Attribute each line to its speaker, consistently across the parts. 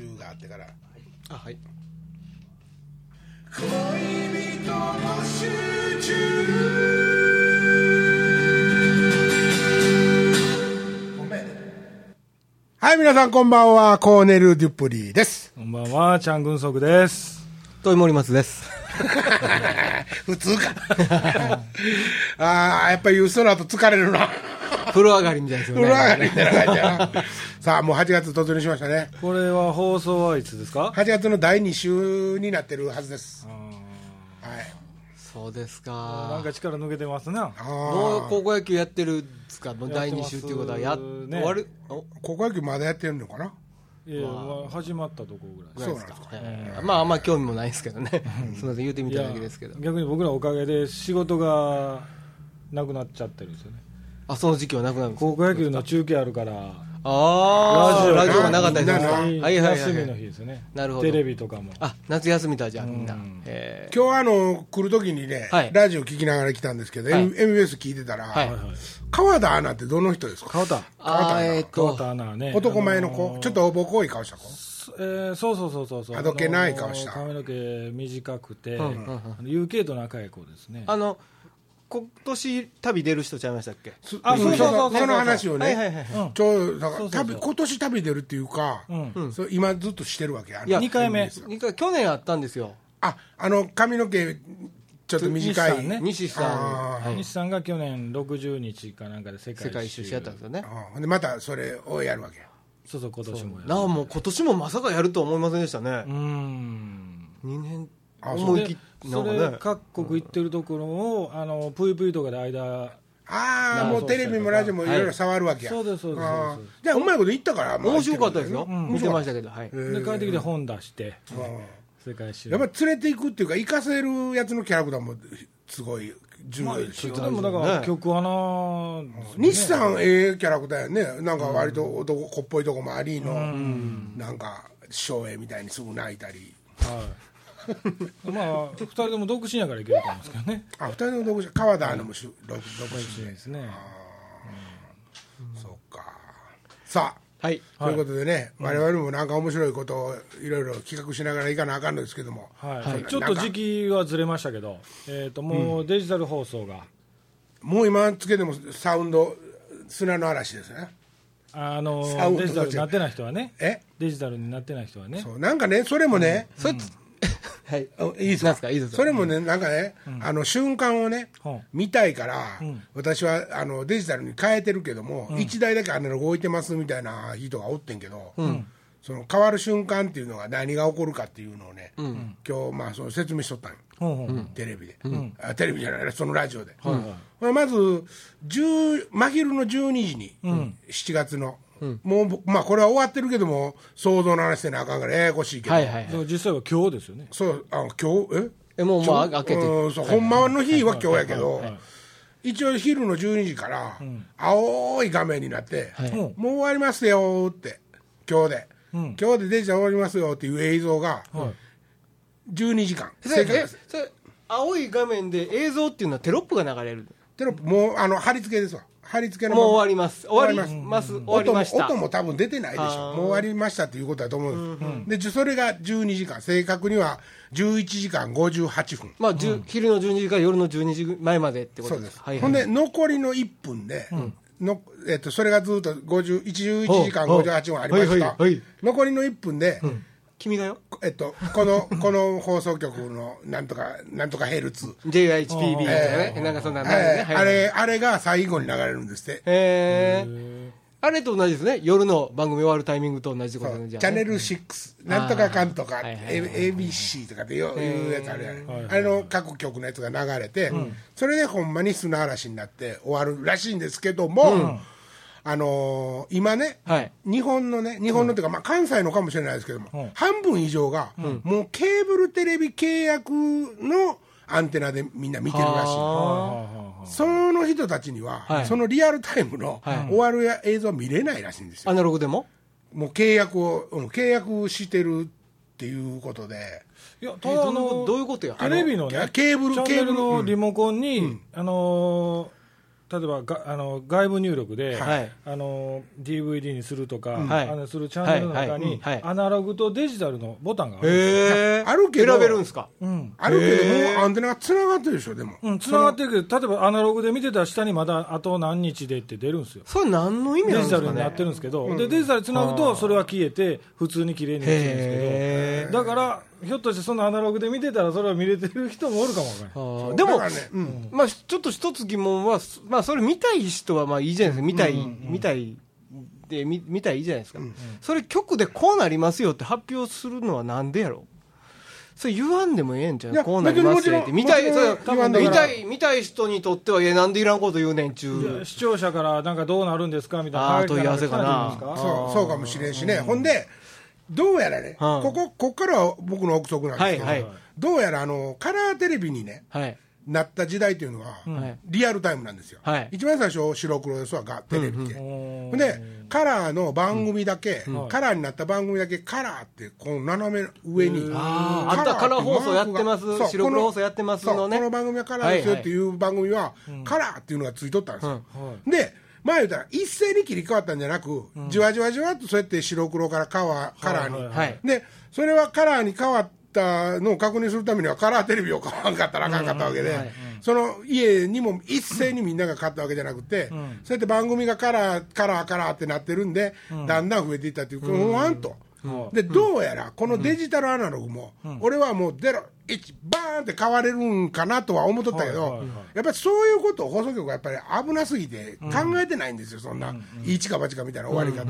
Speaker 1: ってから
Speaker 2: あはい
Speaker 1: 恋人の集中ごめんはい皆さんこんばんはコーネル・デュプリーです
Speaker 3: こんばんは、チャン・グンソクです。
Speaker 2: 遠い森松です
Speaker 1: 普通か ああやっぱり言う人だと疲れる な
Speaker 2: 風呂上がりみたいですよ
Speaker 1: 風
Speaker 2: ね
Speaker 1: 呂上がりみたいな感じやなさあもう8月突入しましたね
Speaker 3: これは放送はいつですか
Speaker 1: 8月の第2週になってるはずですはい
Speaker 2: そうです
Speaker 3: なん
Speaker 2: か
Speaker 3: か力抜けてますな。
Speaker 2: もう高校野球やってるんですかもう第2週っていうことはや
Speaker 3: や
Speaker 2: っ
Speaker 3: ってますね
Speaker 2: 終わるお
Speaker 1: 高校野球まだやってるのかない
Speaker 3: や、まあ始まったとこぐらい。
Speaker 2: ぐらいです
Speaker 1: そう
Speaker 2: かええまああんま興味もないですけどねすみません言うてみただけですけど
Speaker 3: いや逆に僕らおかげで仕事がなくなっちゃってるんですよね。
Speaker 2: あその時期はなくなるんです
Speaker 3: 高校野球の中継あるから、
Speaker 2: ああ
Speaker 3: ラ
Speaker 2: ラ
Speaker 3: ジ
Speaker 2: ジ
Speaker 3: オ
Speaker 2: オがなかったりするんですか
Speaker 1: な
Speaker 2: はいはいはい
Speaker 3: 休みの
Speaker 2: はい
Speaker 3: 日ですよね。
Speaker 2: なるほど
Speaker 3: テレビとかも。
Speaker 2: あ夏休みだじゃあみんなええ
Speaker 1: 今日はあの来る時にね、
Speaker 2: はい
Speaker 1: ラジオ聞きながら来たんですけど、
Speaker 2: はい
Speaker 1: M- MBS 聞いてたら、
Speaker 2: はい
Speaker 1: 川田アナってどの人ですか
Speaker 3: 川田。
Speaker 2: あーえーっ
Speaker 3: 川
Speaker 2: と
Speaker 3: 田アナはね。
Speaker 1: 男前の子、
Speaker 3: あー
Speaker 1: ちょっとおぼこい顔した子
Speaker 3: えーそうそうそうそうそう。
Speaker 1: あどけない顔した
Speaker 3: あのー髪の毛短くて、
Speaker 2: んうんうん
Speaker 3: あの UK と仲良い子ですね。
Speaker 2: あの今年旅出る人ちゃいましたっけ
Speaker 1: す
Speaker 3: あそうそうそうそう
Speaker 1: その話をね、
Speaker 2: はいはいはい
Speaker 3: うん
Speaker 1: ちょうどだから
Speaker 3: そうそうそう
Speaker 1: 旅今年旅出るっていうか、
Speaker 3: ん
Speaker 1: そう今ずっとしてるわけあの
Speaker 2: いや
Speaker 3: 二回目
Speaker 1: MBS
Speaker 2: 二回去年あったんですよ
Speaker 1: ああの髪の毛ちょっと短
Speaker 3: 西さ
Speaker 1: い
Speaker 3: んね
Speaker 2: 西さん、はい
Speaker 3: 西さんが去年60日かなんかで世界
Speaker 2: 世界一周しやったんですよね
Speaker 1: あーほんでまたそれをやるわけ
Speaker 3: そうそう今年もやる
Speaker 2: なあもう今年もまさかやるとは思いませんでした
Speaker 3: う
Speaker 2: ね、
Speaker 3: ーん
Speaker 2: 二年
Speaker 1: あ
Speaker 2: 思い切って
Speaker 3: で
Speaker 2: な
Speaker 3: そ
Speaker 2: んか
Speaker 3: れ
Speaker 2: ね
Speaker 3: 各国行ってるところを、あのぷいぷいとかで間
Speaker 1: ああもうテレビもラジオもいろいろ触るわけや、
Speaker 3: そうですそうです
Speaker 1: あ
Speaker 3: そう
Speaker 1: ー
Speaker 3: で
Speaker 1: じゃあうまいこと言ったからまあ
Speaker 2: 面白かったですよ、
Speaker 3: ん
Speaker 2: 見てましたけどはい、
Speaker 1: へ
Speaker 3: で
Speaker 1: ー
Speaker 3: 帰ってきて本出して
Speaker 1: うん
Speaker 3: 世界一周
Speaker 1: やっぱり連れていくっていうか行かせるやつのキャラクターもすごい重要です
Speaker 3: 一
Speaker 1: よ
Speaker 3: 応でもだから
Speaker 2: ね
Speaker 3: 曲穴ですね
Speaker 1: 西さんええキャラクターやねなんか割と男っぽいとこもありのなんか照英みたいにすぐ泣いたり
Speaker 3: はいまあ二人とも独身やからいけると思うんですけどね
Speaker 1: あ二人の独身川田アナもし独身
Speaker 3: ですね
Speaker 1: そっかさあ
Speaker 2: はい
Speaker 1: ということでね、我々もなんか面白いことをいろいろ企画しながらいかなあかんのですけども、
Speaker 3: はいちょっと
Speaker 1: 期
Speaker 3: 時期はずれましたけどえっともうデジタル放送が
Speaker 1: もう今つけてもサウンド砂の嵐ですね
Speaker 3: あの
Speaker 1: サウンド
Speaker 3: デジタルになってない人はね
Speaker 1: え
Speaker 3: デジタルになってない人はね
Speaker 1: そうなんかねそれもね、
Speaker 2: それ、はい
Speaker 1: あいいです
Speaker 2: なん
Speaker 1: か
Speaker 2: ですかいいですよ
Speaker 1: それもねなんかね、あの瞬間をね、
Speaker 3: うん
Speaker 1: 見たいから、私はあのデジタルに変えてるけども、一1台だけアナログ置いてますみたいな人がおってんけど、その変わる瞬間っていうのが何が起こるかっていうのをね、今日まあその説明しとったんよ
Speaker 3: ほうほう
Speaker 1: テレビで、あテレビじゃないそのラジオで、
Speaker 3: い
Speaker 1: これまず10真昼の12時に、7月の、もう僕まあこれは終わってるけども想像の話せなあかんからややこしいけど、
Speaker 2: はいはいはい
Speaker 3: でも実際は今日ですよね。
Speaker 1: そうあ今日え
Speaker 2: えもうまあ開けて
Speaker 1: うんそう、ほんまの日は今日やけど、一応昼の12時から、青い画面になって、
Speaker 2: はい
Speaker 1: もう終わりますよーって、今日で、
Speaker 3: ん
Speaker 1: 今日でデジタル終わりますよっていう映像が、12時間、
Speaker 2: それ
Speaker 1: 世界
Speaker 2: えそれ青い画面で映像っていうのはテロップが流れる
Speaker 1: テロップ、もうあの貼り付けですわ、貼り付けの
Speaker 2: もう終わ
Speaker 1: り
Speaker 2: ります終わります終わり
Speaker 1: 音も
Speaker 2: ました
Speaker 1: 音も多分出てないでしょ、もう終わりましたっていうことだと思うんです、でじゅそれが12時間、正確には11時間58分。
Speaker 2: まあ、じゅ昼の12時から夜の12時前までってこ
Speaker 1: そ
Speaker 2: と
Speaker 1: う
Speaker 2: で
Speaker 1: ですす、
Speaker 2: かはいはい
Speaker 1: ほんで残りの1分で、のえっとそれがずっと50 11時間
Speaker 2: ほう
Speaker 1: 58分ありました、
Speaker 2: はいはいはい
Speaker 1: 残りの1分で、
Speaker 2: 君がよ
Speaker 1: えっと、この この放送局のなんとかなんとかヘルツ、
Speaker 2: JIHPB とかね、なんかそんなのる
Speaker 1: え
Speaker 2: ね
Speaker 1: ーあれあれが最後に流れるんですって、
Speaker 2: へえあれと同じですね夜の番組終わるタイミングと同じこと
Speaker 1: そう
Speaker 2: ねじゃ
Speaker 1: チ
Speaker 2: あ
Speaker 1: ャンネ
Speaker 2: ね
Speaker 1: ル6、なんとかかんとか、
Speaker 2: あーはいはい
Speaker 1: A- ABC とかっていういうやつあるやん、あれの各局のやつが流れて、それでほんまに砂嵐になって終わるらしいんですけども、あのー今ね、
Speaker 2: はい
Speaker 1: 日本のね、日本のというか、まあ、関西のかもしれないですけども、半分以上が、もうケーブルテレビ契約のアンテナでみんな見てるらしい。
Speaker 2: あ
Speaker 1: その人たちには、
Speaker 2: はい
Speaker 1: そのリアルタイムの
Speaker 2: はい
Speaker 1: 終わるや映像は見れないらしいんです
Speaker 2: ー
Speaker 1: よ。
Speaker 2: アナログでも
Speaker 1: もう契約を、うん契約してるっていうことで、
Speaker 3: いや、た
Speaker 2: え
Speaker 3: だ
Speaker 2: ど
Speaker 3: あ
Speaker 2: んなことどうい
Speaker 3: の
Speaker 2: うことや
Speaker 3: テレビの
Speaker 1: いや
Speaker 3: ね、
Speaker 1: ケーブル
Speaker 3: チャンネル
Speaker 1: ケーブルう
Speaker 3: の
Speaker 1: ん
Speaker 3: リモコンに、あの例えばがあの外部入力で、
Speaker 2: はい
Speaker 3: あの DVD にするとか、
Speaker 2: はい
Speaker 3: あのするチャンネルの中に、
Speaker 2: はいはい
Speaker 3: アナログとデジタルのボタンがある、
Speaker 2: へえ
Speaker 1: あるけど
Speaker 2: 選べるんですか
Speaker 3: うん
Speaker 1: あるけ
Speaker 2: へ
Speaker 1: どもうアンテナがつながってるでしょでも、
Speaker 3: うん、つながってるけど、例えばアナログで見てたら下にまだあと何日でって出るんですよ、
Speaker 2: それ何の意味
Speaker 3: デ
Speaker 2: なんで
Speaker 3: ジ
Speaker 2: す
Speaker 3: タ
Speaker 2: か
Speaker 3: ル
Speaker 2: ね
Speaker 3: になってるんですけど、でデジタルつなぐ
Speaker 2: あー
Speaker 3: と、それは消えて、普通に綺麗に映るんで
Speaker 2: へ
Speaker 3: すけ
Speaker 2: ー
Speaker 3: ど、だから、ひょっとしてそのアナログで見てたら、それは見れてる人もおるかもわからない
Speaker 2: あ。
Speaker 1: そ
Speaker 2: ー
Speaker 1: う
Speaker 2: で
Speaker 1: だ
Speaker 2: も
Speaker 1: からね、
Speaker 2: うんまあ、ちょっと一つ疑問は、すまあ、それ見たい人はまあいいじゃないですか、見たい、見たいで見見たいいいじゃないですか、それ、局でこうなりますよって発表するのはなんでやろそれ言わんでもええんじゃ
Speaker 1: い
Speaker 2: ん、
Speaker 1: や
Speaker 2: こうなりますよっ
Speaker 1: 別
Speaker 2: て、
Speaker 1: に
Speaker 2: 見たい、
Speaker 1: もち
Speaker 2: そ
Speaker 1: ろん
Speaker 2: れ
Speaker 1: もちろん言わんでも
Speaker 2: 見たい、見たい人にとっては、いや、なんでいらんこと言うねんちゅ
Speaker 3: いや
Speaker 2: う、
Speaker 3: 視聴者からなんかどうなるんですかみたいな
Speaker 2: あー問い合わせかな
Speaker 3: 来たんじゃいですか
Speaker 1: そうそうかもしれんしね、ほんで、どうやらね、
Speaker 2: うん
Speaker 1: こここっからは僕の憶測なんですけど、
Speaker 2: はいはい
Speaker 1: どうやらあのカラーテレビに、ね、
Speaker 2: はい、
Speaker 1: なった時代というのは、
Speaker 2: はい
Speaker 1: リアルタイムなんですよ、
Speaker 2: はい
Speaker 1: 一番最初、白黒ですわ、がテレビって。
Speaker 3: うん
Speaker 1: ほんでカラーの番組だけ、カラーになった番組だけカラーってこの斜め上に
Speaker 2: あーあった
Speaker 1: ー
Speaker 2: カラー放送やってます
Speaker 1: マークがそう
Speaker 2: 白黒放送やってます
Speaker 1: こ
Speaker 2: のね
Speaker 1: そうこの番組はカラーですよっていう番組は、カラーっていうのがついとったんですよ、で前言ったら一斉に切り替わったんじゃなく、じわじわじわっとそうやって白黒からカワーカラーに、
Speaker 3: はいはい
Speaker 2: はい
Speaker 1: でそれはカラーに変わったのを確認するためにはカラーテレビを買わんかったらあかんかったわけで、その家にも一斉にみんなが買ったわけじゃなくて、そうやって番組がカラーカラーカラーってなってるんで、だんだん増えていったっていうこのワンと、でどうやらこのデジタルアナログも、俺はもうゼロ1バーンって買われるんかなとは思っとったけど、
Speaker 3: はいはいはい
Speaker 1: やっぱりそういうことを放送局はやっぱり危なすぎて考えてないんですよ、そんな、一か八かみたいな終わり方、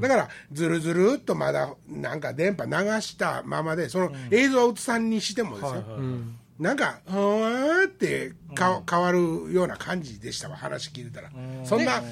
Speaker 1: だから、ずるずるっとまだなんか電波流したままで、その映像を映さんにしてもですよ、なんか、ふーんってか、変わるような感じでしたわ、話聞いてたら、そんな、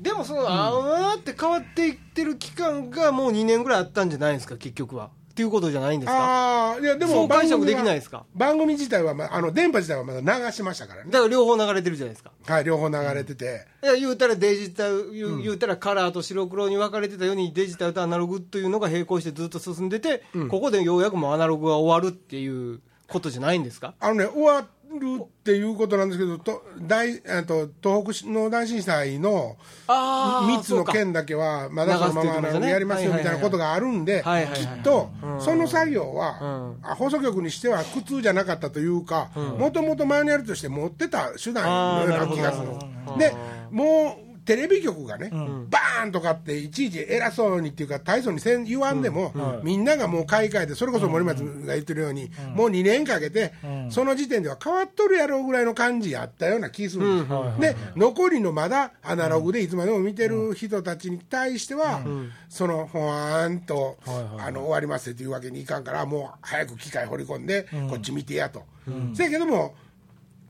Speaker 2: でも、そのあーわーって変わっていってる期間がもう2年ぐらいあったんじゃないですか、結局は。っていうことじゃないんですか、
Speaker 1: ああ、いや、でも
Speaker 2: そう解
Speaker 1: 番
Speaker 2: 釈
Speaker 1: 組は
Speaker 2: できないですか
Speaker 1: 番組自体は、まあの電波自体はまだ流しましたからね、
Speaker 2: だから両方流れてるじゃないですか。
Speaker 1: はい、両方流れてて。
Speaker 2: いや言うたらデジタル、言う言うたらカラーと白黒に分かれてたようにデジタルとアナログというのが並行してずっと進んでて、ここでようやくもうアナログが終わるっていうことじゃないんですか
Speaker 1: あのね、終わるっていうことなんですけど、と大あと東北の大震災の
Speaker 2: あ
Speaker 1: 3つの件だけは、まだそのまま
Speaker 2: 流
Speaker 1: あ
Speaker 2: してきました
Speaker 1: の
Speaker 2: ね
Speaker 1: やりますよ
Speaker 2: は
Speaker 1: み
Speaker 2: いは
Speaker 1: た
Speaker 2: いはいい
Speaker 1: なことがあるんで、
Speaker 2: はいはいはい
Speaker 1: きっとその作業は、あ放送局にしては苦痛じゃなかったというか、もともとマニュアルとして持ってた手段のような気がする
Speaker 2: あーなるほ。ど
Speaker 1: でもうテレビ局がね、バーンとかって、いちいち偉そうにっていうか、大層にせん言わんでも、みんながもう買い替えて、それこそ森松が言ってるように、もう2年かけて、その時点では変わっとるやろうぐらいの感じやったような気するんですよ、で残りのまだアナログでいつまでも見てる人たちに対しては、そのほわーんと、あの終わりますっていうわけにいかんから、もう早く機械掘り込んで、こっち見てやと。せやけども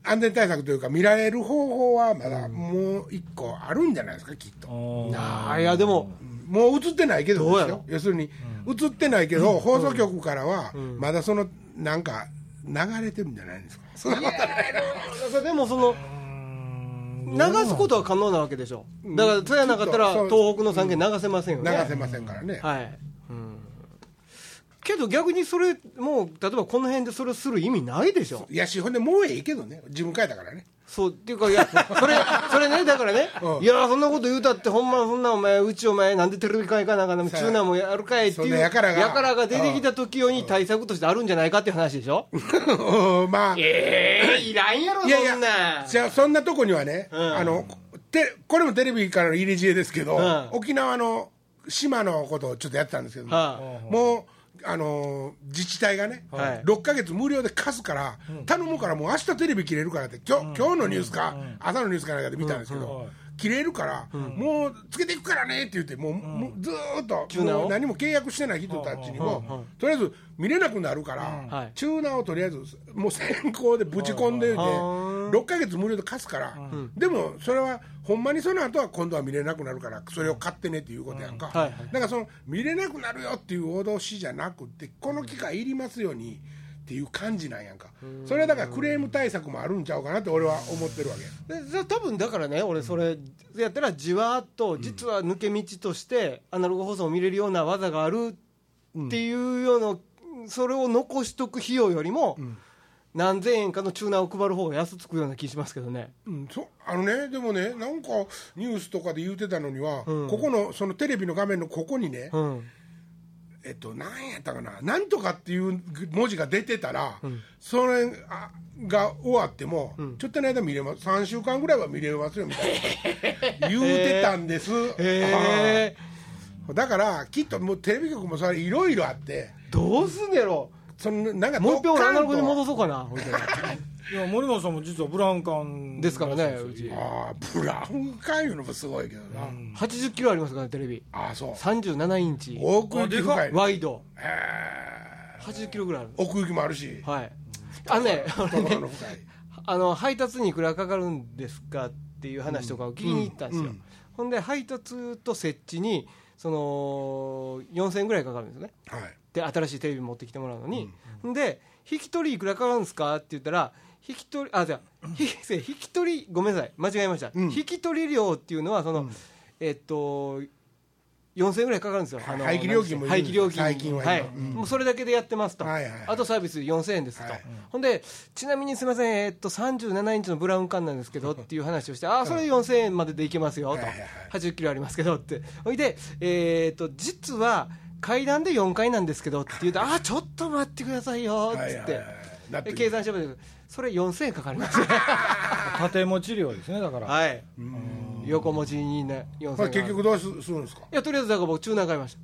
Speaker 1: 安全対策というか見られる方法はまだもう一個あるんじゃないですかきっと
Speaker 2: あーいやでも
Speaker 1: もう映ってないけど
Speaker 2: ど
Speaker 1: で
Speaker 2: うや
Speaker 1: すよ
Speaker 2: ろ
Speaker 1: 要するに映ってないけど放送局からはまだそのなんか流れてるんじゃないですかそんなことないな
Speaker 2: でもその流すことは可能なわけでしょだからそれやなかったら
Speaker 1: きっとそう
Speaker 2: 東北の3県流せませんよね、
Speaker 1: 流せませんからね
Speaker 2: はい、うんけど逆にそれもう例えばこの辺でそれをする意味ないでしょ
Speaker 1: いやしほんでもうええけどね自分変えたから ね
Speaker 2: そうっていうかいやそれ それねだからね、
Speaker 1: うん
Speaker 2: いやそんなこと言うたってほんまそんなお前うちお前なんでテレビ会かなんかな
Speaker 1: そうや
Speaker 2: 中なんもやるかいって
Speaker 1: そん
Speaker 2: いう
Speaker 1: なやからが
Speaker 2: 出てきた時用に対策としてあるんじゃないかっていう話でしょ
Speaker 1: うんまあ
Speaker 2: ええいらんやろそん
Speaker 1: い
Speaker 2: な
Speaker 1: やいやじゃあそんなとこにはねあのてこれもテレビからの入り知恵ですけど
Speaker 2: うん
Speaker 1: 沖縄の島のことをちょっとやってたんですけども
Speaker 2: は
Speaker 1: もう、あのー自治体がね、
Speaker 2: はい
Speaker 1: 6か月無料で貸すから、頼むから、もう明日テレビ切れるからって、今日,、今日のニュースか、朝のニュースかなんかで見たんですけど、
Speaker 3: うん
Speaker 1: 切れるから、もうつけていくからねって言って、もう,、もうずーっと
Speaker 2: チューナーを
Speaker 1: もう何も契約してない人たちにも、とりあえず見れなくなるから、
Speaker 2: はい
Speaker 1: チューナーをとりあえず、もう先行でぶち込んでて、
Speaker 2: は
Speaker 1: 6か月無料で貸すから、でもそれは、ほんまにその後は今度は見れなくなるから、それを買ってねっていうことやんか。
Speaker 2: はいはい
Speaker 1: だからその見れなくなるよっていう脅しじゃなくてこの機会いりますようにっていう感じなんやんかそれはだからクレーム対策もあるんちゃうかなって俺は思ってるわけ
Speaker 2: でじゃあ多分だからね俺それやったらじわーっと実は抜け道としてアナログ放送を見れるような技があるっていうような、それを残しとく費用よりも、何千円かのチューナーを配る方が安つくような気しますけどね。
Speaker 1: うん、そあのね、でもね、なんかニュースとかで言うてたのには、ここの、そのテレビの画面のここにね、
Speaker 2: うん。
Speaker 1: えっと、なんやったかな、なんとかっていう文字が出てたら、それあが終わっても、ちょっとの間見れます、3週間ぐらいは見れますよみた いな、言うてたんです、
Speaker 2: へえ。
Speaker 1: あーだから、きっともうテレビ局もそれ、いろいろあって、
Speaker 2: どうすんねやろ。
Speaker 1: そのなんか
Speaker 2: もう一
Speaker 1: ドッ
Speaker 2: 票
Speaker 1: カ
Speaker 2: ア
Speaker 1: ン
Speaker 2: ナ
Speaker 1: と
Speaker 2: ログに戻そうかな。ほいで
Speaker 3: いや森本さんも実はブラウン管
Speaker 2: ですからね、うち。
Speaker 1: あーブラウン管いうのもすごいけどな、
Speaker 2: 80キロありますからね、テレビ。
Speaker 1: ああ、そう、
Speaker 2: 37インチ。
Speaker 1: 奥行き深い、
Speaker 2: ワイド。
Speaker 1: へー
Speaker 2: 80キロぐらいある。
Speaker 1: 奥行きもあるし、
Speaker 2: はい。あのね、
Speaker 1: 懐の深い。
Speaker 2: あの配達にいくらかかるんですかっていう話とかを聞きに行ったんですよ、ほんで配達と設置にその4000円ぐらいかかるんですよね
Speaker 1: はい
Speaker 2: で新しいテレビ持ってきてもらうのに、んで引き取りいくらかかるんですかって言ったら引き取りあじゃあひ引き取りごめんなさい間違えました、
Speaker 1: うん
Speaker 2: 引き取り料っていうのはその、えっと4000円ぐらいかかるんですよ、
Speaker 1: はい
Speaker 2: あの
Speaker 1: 廃棄料金もいるん
Speaker 2: 廃
Speaker 1: です
Speaker 2: 棄料金
Speaker 1: 最近は今
Speaker 2: はい
Speaker 1: うん
Speaker 2: もうそれだけでやってますと、
Speaker 1: はいはい
Speaker 2: あとサービス4000円ですと、
Speaker 1: はい
Speaker 2: ほんで、ちなみにすみません、えっと、37インチのブラウン管なんですけどっていう話をして、ああ、それ4000円まででいけますよ
Speaker 1: はいはい
Speaker 2: と、80キロありますけどって、ほいで、えっと、実は階段で4階なんですけどって言うと、ああ、ちょっと待ってくださいよっ
Speaker 1: はいは
Speaker 2: つっ
Speaker 1: いはい
Speaker 2: て
Speaker 1: はいなっ、て
Speaker 2: え
Speaker 1: る
Speaker 2: 計算してもらって、それ4000円かかりますね
Speaker 3: 家庭持ち料ですねだから、
Speaker 2: はい、横持ちにね、4000円
Speaker 1: ま
Speaker 2: か
Speaker 1: あ、
Speaker 2: か
Speaker 1: 結
Speaker 2: る。
Speaker 1: 局どうすするんですか
Speaker 2: いやとりあえずだから僕チューナー買いまし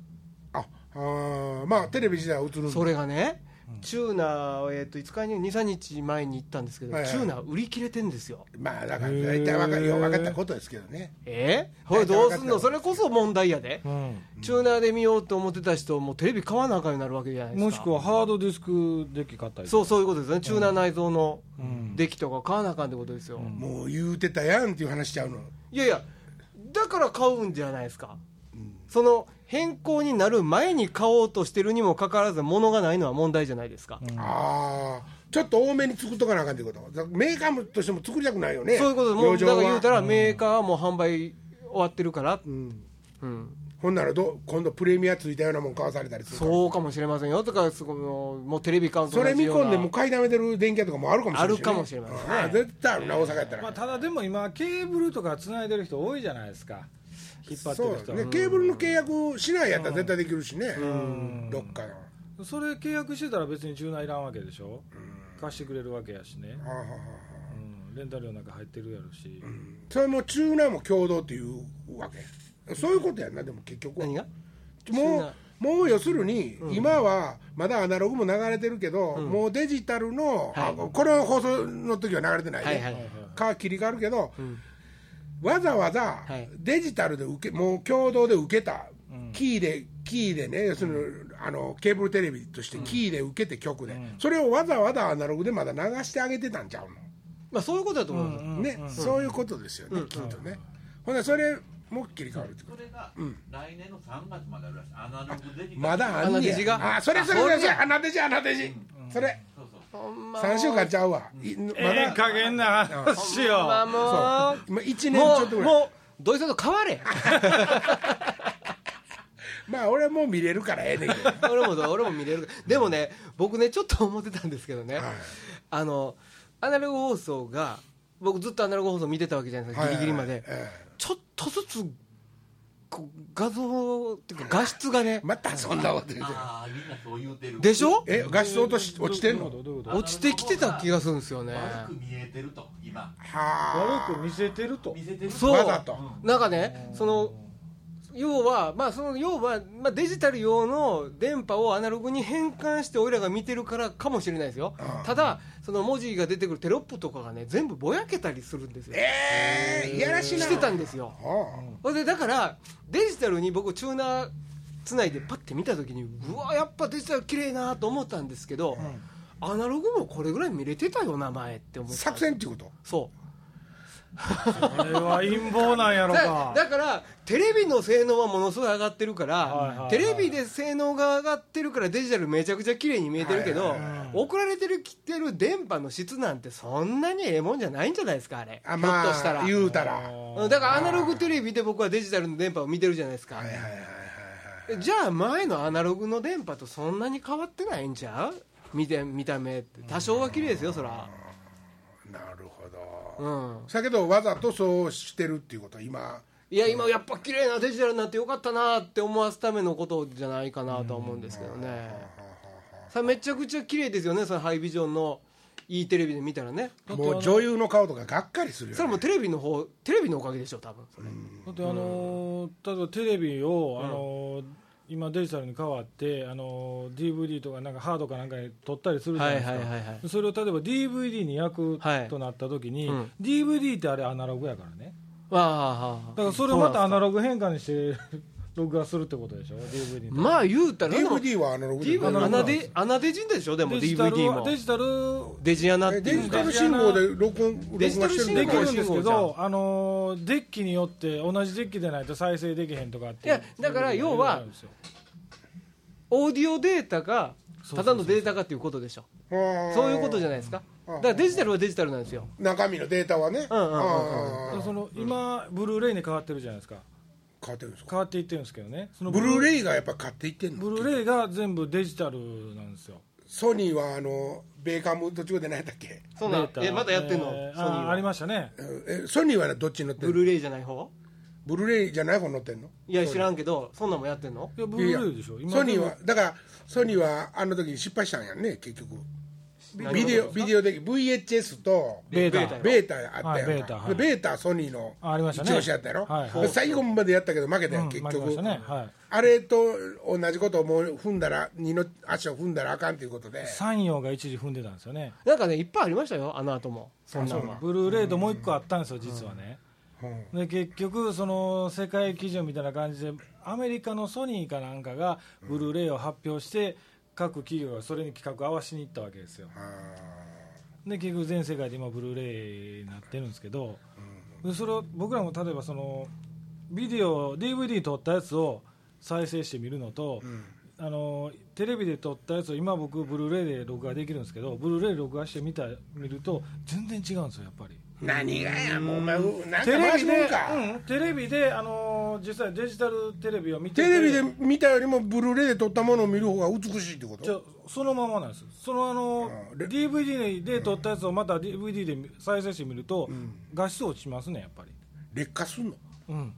Speaker 2: た
Speaker 1: ああーまあテレビ自体は映るんで
Speaker 2: それがね、チューナーを、えっと5日に23日前に行ったんですけど、
Speaker 1: はいはい
Speaker 2: チューナー売り切れてんですよ
Speaker 1: まあだから大体わかよう分かったことですけどね
Speaker 2: えほれどうすんのそれこそ問題やで、
Speaker 3: うん
Speaker 2: チューナーで見ようと思ってた人もうテレビ買わなあかんようになるわけじゃないですか
Speaker 3: もしくはハードディスクデッキ買ったり
Speaker 2: そうそういうことですねチューナー内蔵の出来とか買わなあかんってことですよ、
Speaker 1: もう言うてたやんっていう話しちゃうの
Speaker 2: いやいやだから買うんじゃないですか、その変更になる前に買おうとしてるにもかかわらず物がないのは問題じゃないですか、
Speaker 1: ああちょっと多めに作っとかなあかんってことだからメーカーもとしても作りたくないよね
Speaker 2: そういうことですもう
Speaker 1: 余剰
Speaker 2: だ
Speaker 1: は
Speaker 2: から言うたらメーカーはもう販売終わってるから、うん、
Speaker 1: ほんならど今度プレミアついたようなもん買わされたりするから
Speaker 2: そうかもしれませんよとかそのもうテレビ買うと
Speaker 1: そ
Speaker 2: 同
Speaker 1: れ
Speaker 2: じ
Speaker 1: 見
Speaker 2: ような
Speaker 1: 込んでもう買いだめてる電気屋とかもあるかもしれないしね
Speaker 2: あるかもしれませんね
Speaker 1: あー絶対あるな大阪やったら、
Speaker 3: まあ、ただでも今ケーブルとかつないでる人多いじゃないですか引っ張って
Speaker 1: そう
Speaker 3: る
Speaker 1: です
Speaker 3: 人
Speaker 1: ねケーブルの契約しないやったら絶対できるしねどっかの
Speaker 3: それ契約してたら別にチューナーいらんわけでしょ貸してくれるわけやしね、
Speaker 1: ああ
Speaker 3: うん、レンタル料なんか入ってるやろし、
Speaker 1: それもチューナーも共同っていうわけそういうことやんなでも結局は
Speaker 2: 何が
Speaker 1: も
Speaker 2: チューナー
Speaker 1: うもう要するに、今はまだアナログも流れてるけど、もうデジタルの、
Speaker 2: はい
Speaker 1: あこの放送の時は流れてないね、
Speaker 2: はいはい
Speaker 1: か切り替わるけど、わざわざ
Speaker 2: はい
Speaker 1: デジタルで受けもう共同で受けた、キーでキーでね要するにあのケーブルテレビとしてキーで受けて曲で、それをわざわざアナログでまだ流してあげてたんちゃうの、
Speaker 2: まあそういうことだと思います、
Speaker 1: ね、そういうことですよね、きっとね、ほんでそれも切り替わるってこと
Speaker 4: それが来年の3月まであるらしい、アナログデジタル
Speaker 1: まだあん
Speaker 2: 穴
Speaker 1: ね
Speaker 2: 弟子が
Speaker 1: やあそれそれそ
Speaker 2: あそ
Speaker 1: れ
Speaker 2: れ
Speaker 1: それ穴弟子穴弟子それ
Speaker 4: そうそう
Speaker 1: 3週間ちゃうわいま
Speaker 3: ええ
Speaker 1: だ
Speaker 3: 加減な話よ、
Speaker 2: まあもう
Speaker 1: 今1年ち
Speaker 2: も
Speaker 1: ょっと
Speaker 2: う
Speaker 1: ぐらい
Speaker 2: もう土井さんと変われ
Speaker 1: まあ俺はもう見れるからええねんけど
Speaker 2: 俺も俺も見れるでもね僕ねちょっと思ってたんですけどね、
Speaker 1: はい
Speaker 2: あのアナログ放送が僕ずっとアナログ放送見てたわけじゃないです かギリギリまで、
Speaker 1: はいはいはいえ
Speaker 2: ちょっとずつこう画像っていうか画質がね
Speaker 1: えまたそんなこと言うて
Speaker 4: ああ、みんなそう言うてる。
Speaker 2: でしょ
Speaker 1: え画質落とし落ちてんの
Speaker 3: どういうことどういうこと
Speaker 2: 落ちてきてた気がするんですよね
Speaker 4: 悪く見えてると、今。
Speaker 1: は
Speaker 3: 悪く見せてると
Speaker 4: 見せてると。
Speaker 2: そう
Speaker 1: わざと
Speaker 2: なんかねその要は、まあ、その要は、まあ、デジタル用の電波をアナログに変換して、おいらが見てるからかもしれないですよ、ただ、その文字が出てくるテロップとかがね、全部ぼやけたりするんですよ、
Speaker 1: ええいやらしいな
Speaker 2: してたんですよ、
Speaker 1: は
Speaker 2: それでだから、デジタルに僕、チューナーつないで、パって見たときに、うわ、やっぱデジタル綺麗なと思ったんですけど、アナログもこれぐらい見れてたよな、前って思
Speaker 1: あ
Speaker 2: った
Speaker 1: 作戦っていうこと
Speaker 2: そう
Speaker 3: あれは陰謀なんやろ
Speaker 2: だ
Speaker 3: か
Speaker 2: だからテレビの性能はものすごい上がってるから、
Speaker 3: はいはいはい
Speaker 2: テレビで性能が上がってるからデジタルめちゃくちゃ綺麗に見えてるけど、送られてる来てる電波の質なんてそんなにええもんじゃないんじゃないですかあれ
Speaker 1: あ
Speaker 2: ひょ
Speaker 1: ま
Speaker 2: っとしたら
Speaker 1: あ言うたらはい
Speaker 2: うんだからアナログテレビで僕はデジタルの電波を見てるじゃないですか、
Speaker 1: はいはいはい
Speaker 2: じゃあ前のアナログの電波とそんなに変わってないんちゃう見て見た目って多少は綺麗ですよそら
Speaker 1: なるほ
Speaker 2: う
Speaker 1: ど、
Speaker 2: ん
Speaker 1: だけどわざとそうしてるっていうことは今
Speaker 2: いや今やっぱ綺麗なデジタルになってよかったなって思わすためのことじゃないかなとは思うんですけどねさあめちゃくちゃ綺麗ですよねそのハイビジョンのいいテレビで見たらね
Speaker 1: もう女優の顔とかがっかりするよ、ね、
Speaker 2: それはもうテレビの方テレビのおかげでしょ多分それ
Speaker 3: だってあのー例えばテレビを、あのー今デジタルに変わって、あのー DVD とかなんかハードかなんかに撮ったりするじゃないですか、
Speaker 2: はいはいはいはい
Speaker 3: それを例えば DVD に焼く
Speaker 2: はい
Speaker 3: となった時に、
Speaker 2: うん
Speaker 3: DVD ってあれアナログやからね
Speaker 2: わあはあはあ
Speaker 3: だからそれをまたアナ
Speaker 2: そうなんです
Speaker 3: ログ変換にして録画するってことでしょ DVD
Speaker 2: かまあ言うたらでも
Speaker 1: DVD はアナログで
Speaker 2: DVD
Speaker 3: ログ
Speaker 2: 穴で穴でジンでしょでも
Speaker 3: デジタル
Speaker 2: DVD
Speaker 3: は
Speaker 2: も
Speaker 3: デジタル
Speaker 2: デジ穴って
Speaker 1: えデ
Speaker 2: いう
Speaker 1: ジタ
Speaker 2: か
Speaker 1: ル信号で録音録
Speaker 2: デ
Speaker 1: 画
Speaker 2: ジタル
Speaker 1: し
Speaker 2: 信
Speaker 1: てるの
Speaker 2: 号
Speaker 3: でき
Speaker 1: か
Speaker 3: るんですけ
Speaker 2: デジタル信号じゃ
Speaker 3: ど、あのーデッキによって同じデッキでないと再生できへんとかってい
Speaker 2: いやだから要は
Speaker 3: そういうのがあるんですよ
Speaker 2: オーディオデータがただのデータかっていうことでしょそういうことじゃないですかだからデジタルはデジタルなんですよ
Speaker 1: 中身のデータはね、
Speaker 2: うんうんうんうん
Speaker 3: だ
Speaker 1: あ
Speaker 3: か
Speaker 1: ー
Speaker 3: らその今、ブルーレイに変わってるじゃないですか
Speaker 1: 変わってるんですか
Speaker 3: 変わっていってるんですけどねその
Speaker 1: ブルー
Speaker 3: イ
Speaker 1: レイがやっぱ買っていってんの
Speaker 3: ブルーレイが全部デジタルなんですよ
Speaker 1: ソニーはあの米韓も途中で何やったっけ
Speaker 2: そうな
Speaker 3: デ
Speaker 2: ん
Speaker 3: ータ
Speaker 2: えまだやってんの
Speaker 3: えー
Speaker 2: ソニー
Speaker 3: あ
Speaker 2: は
Speaker 3: ありましたね
Speaker 1: えソニーはどっちに乗ってんの
Speaker 2: ブルーレイじゃない方
Speaker 1: ブルーレイじゃない方乗ってんの
Speaker 2: いや知らんけどそんなんもやってんの
Speaker 3: いやブ
Speaker 1: い
Speaker 3: ル
Speaker 1: やい
Speaker 3: ーレ
Speaker 1: や
Speaker 3: イでしょ
Speaker 1: ソニーはだからソニーはあの時に失敗したんやんね結局ビデオビデオで VHS と
Speaker 3: ベータ
Speaker 2: ベ
Speaker 1: ベ
Speaker 2: ータよ
Speaker 1: ータやったやんか、
Speaker 3: はいベータはい
Speaker 1: でベータはソニーの
Speaker 3: あありましたね
Speaker 1: 一押しやったやろ、
Speaker 3: はいはい
Speaker 1: 最後までやったけど負けたやん、
Speaker 3: うん
Speaker 1: 結
Speaker 3: 負けまし
Speaker 1: 局、
Speaker 3: たねはい
Speaker 1: あれと同じことをもう踏んだら二の足を踏んだらあかんということで
Speaker 3: 山陽が一時踏んでたんですよね
Speaker 2: なんかねいっぱいありましたよあの後もそんなんは
Speaker 3: ブルーレイともう一個あったんですよ実はね
Speaker 1: うん
Speaker 3: で結局その世界基準みたいな感じでアメリカのソニーかなんかがブルーレイを発表して各企業がそれに企画合わしに行ったわけですよ
Speaker 1: あ
Speaker 3: で結局全世界で今ブルーレイになってるんですけど、でそれを僕らも例えばそのビデオ DVD 撮ったやつを再生してみるのと、あのテレビで撮ったやつを今僕ブルーレイで録画できるんですけどブルーレイで録画してみた見ると全然違うんですよやっぱり
Speaker 1: ー何がやもうお前なんか
Speaker 3: テレ
Speaker 1: 回
Speaker 3: ビ
Speaker 1: して
Speaker 3: で
Speaker 1: んか、、
Speaker 3: うん、テレビで、あのー実際デジタルテレビを見てて
Speaker 1: テレビで見たよりもブルーレイで撮ったものを見る方が美しいってこ
Speaker 3: じゃあ
Speaker 1: と
Speaker 3: そのままなんですそのあの、
Speaker 1: レ
Speaker 3: DVD で撮ったやつをまた DVD で再生してみると、画質落ちますねやっぱり、
Speaker 1: 劣化すんの
Speaker 3: うん、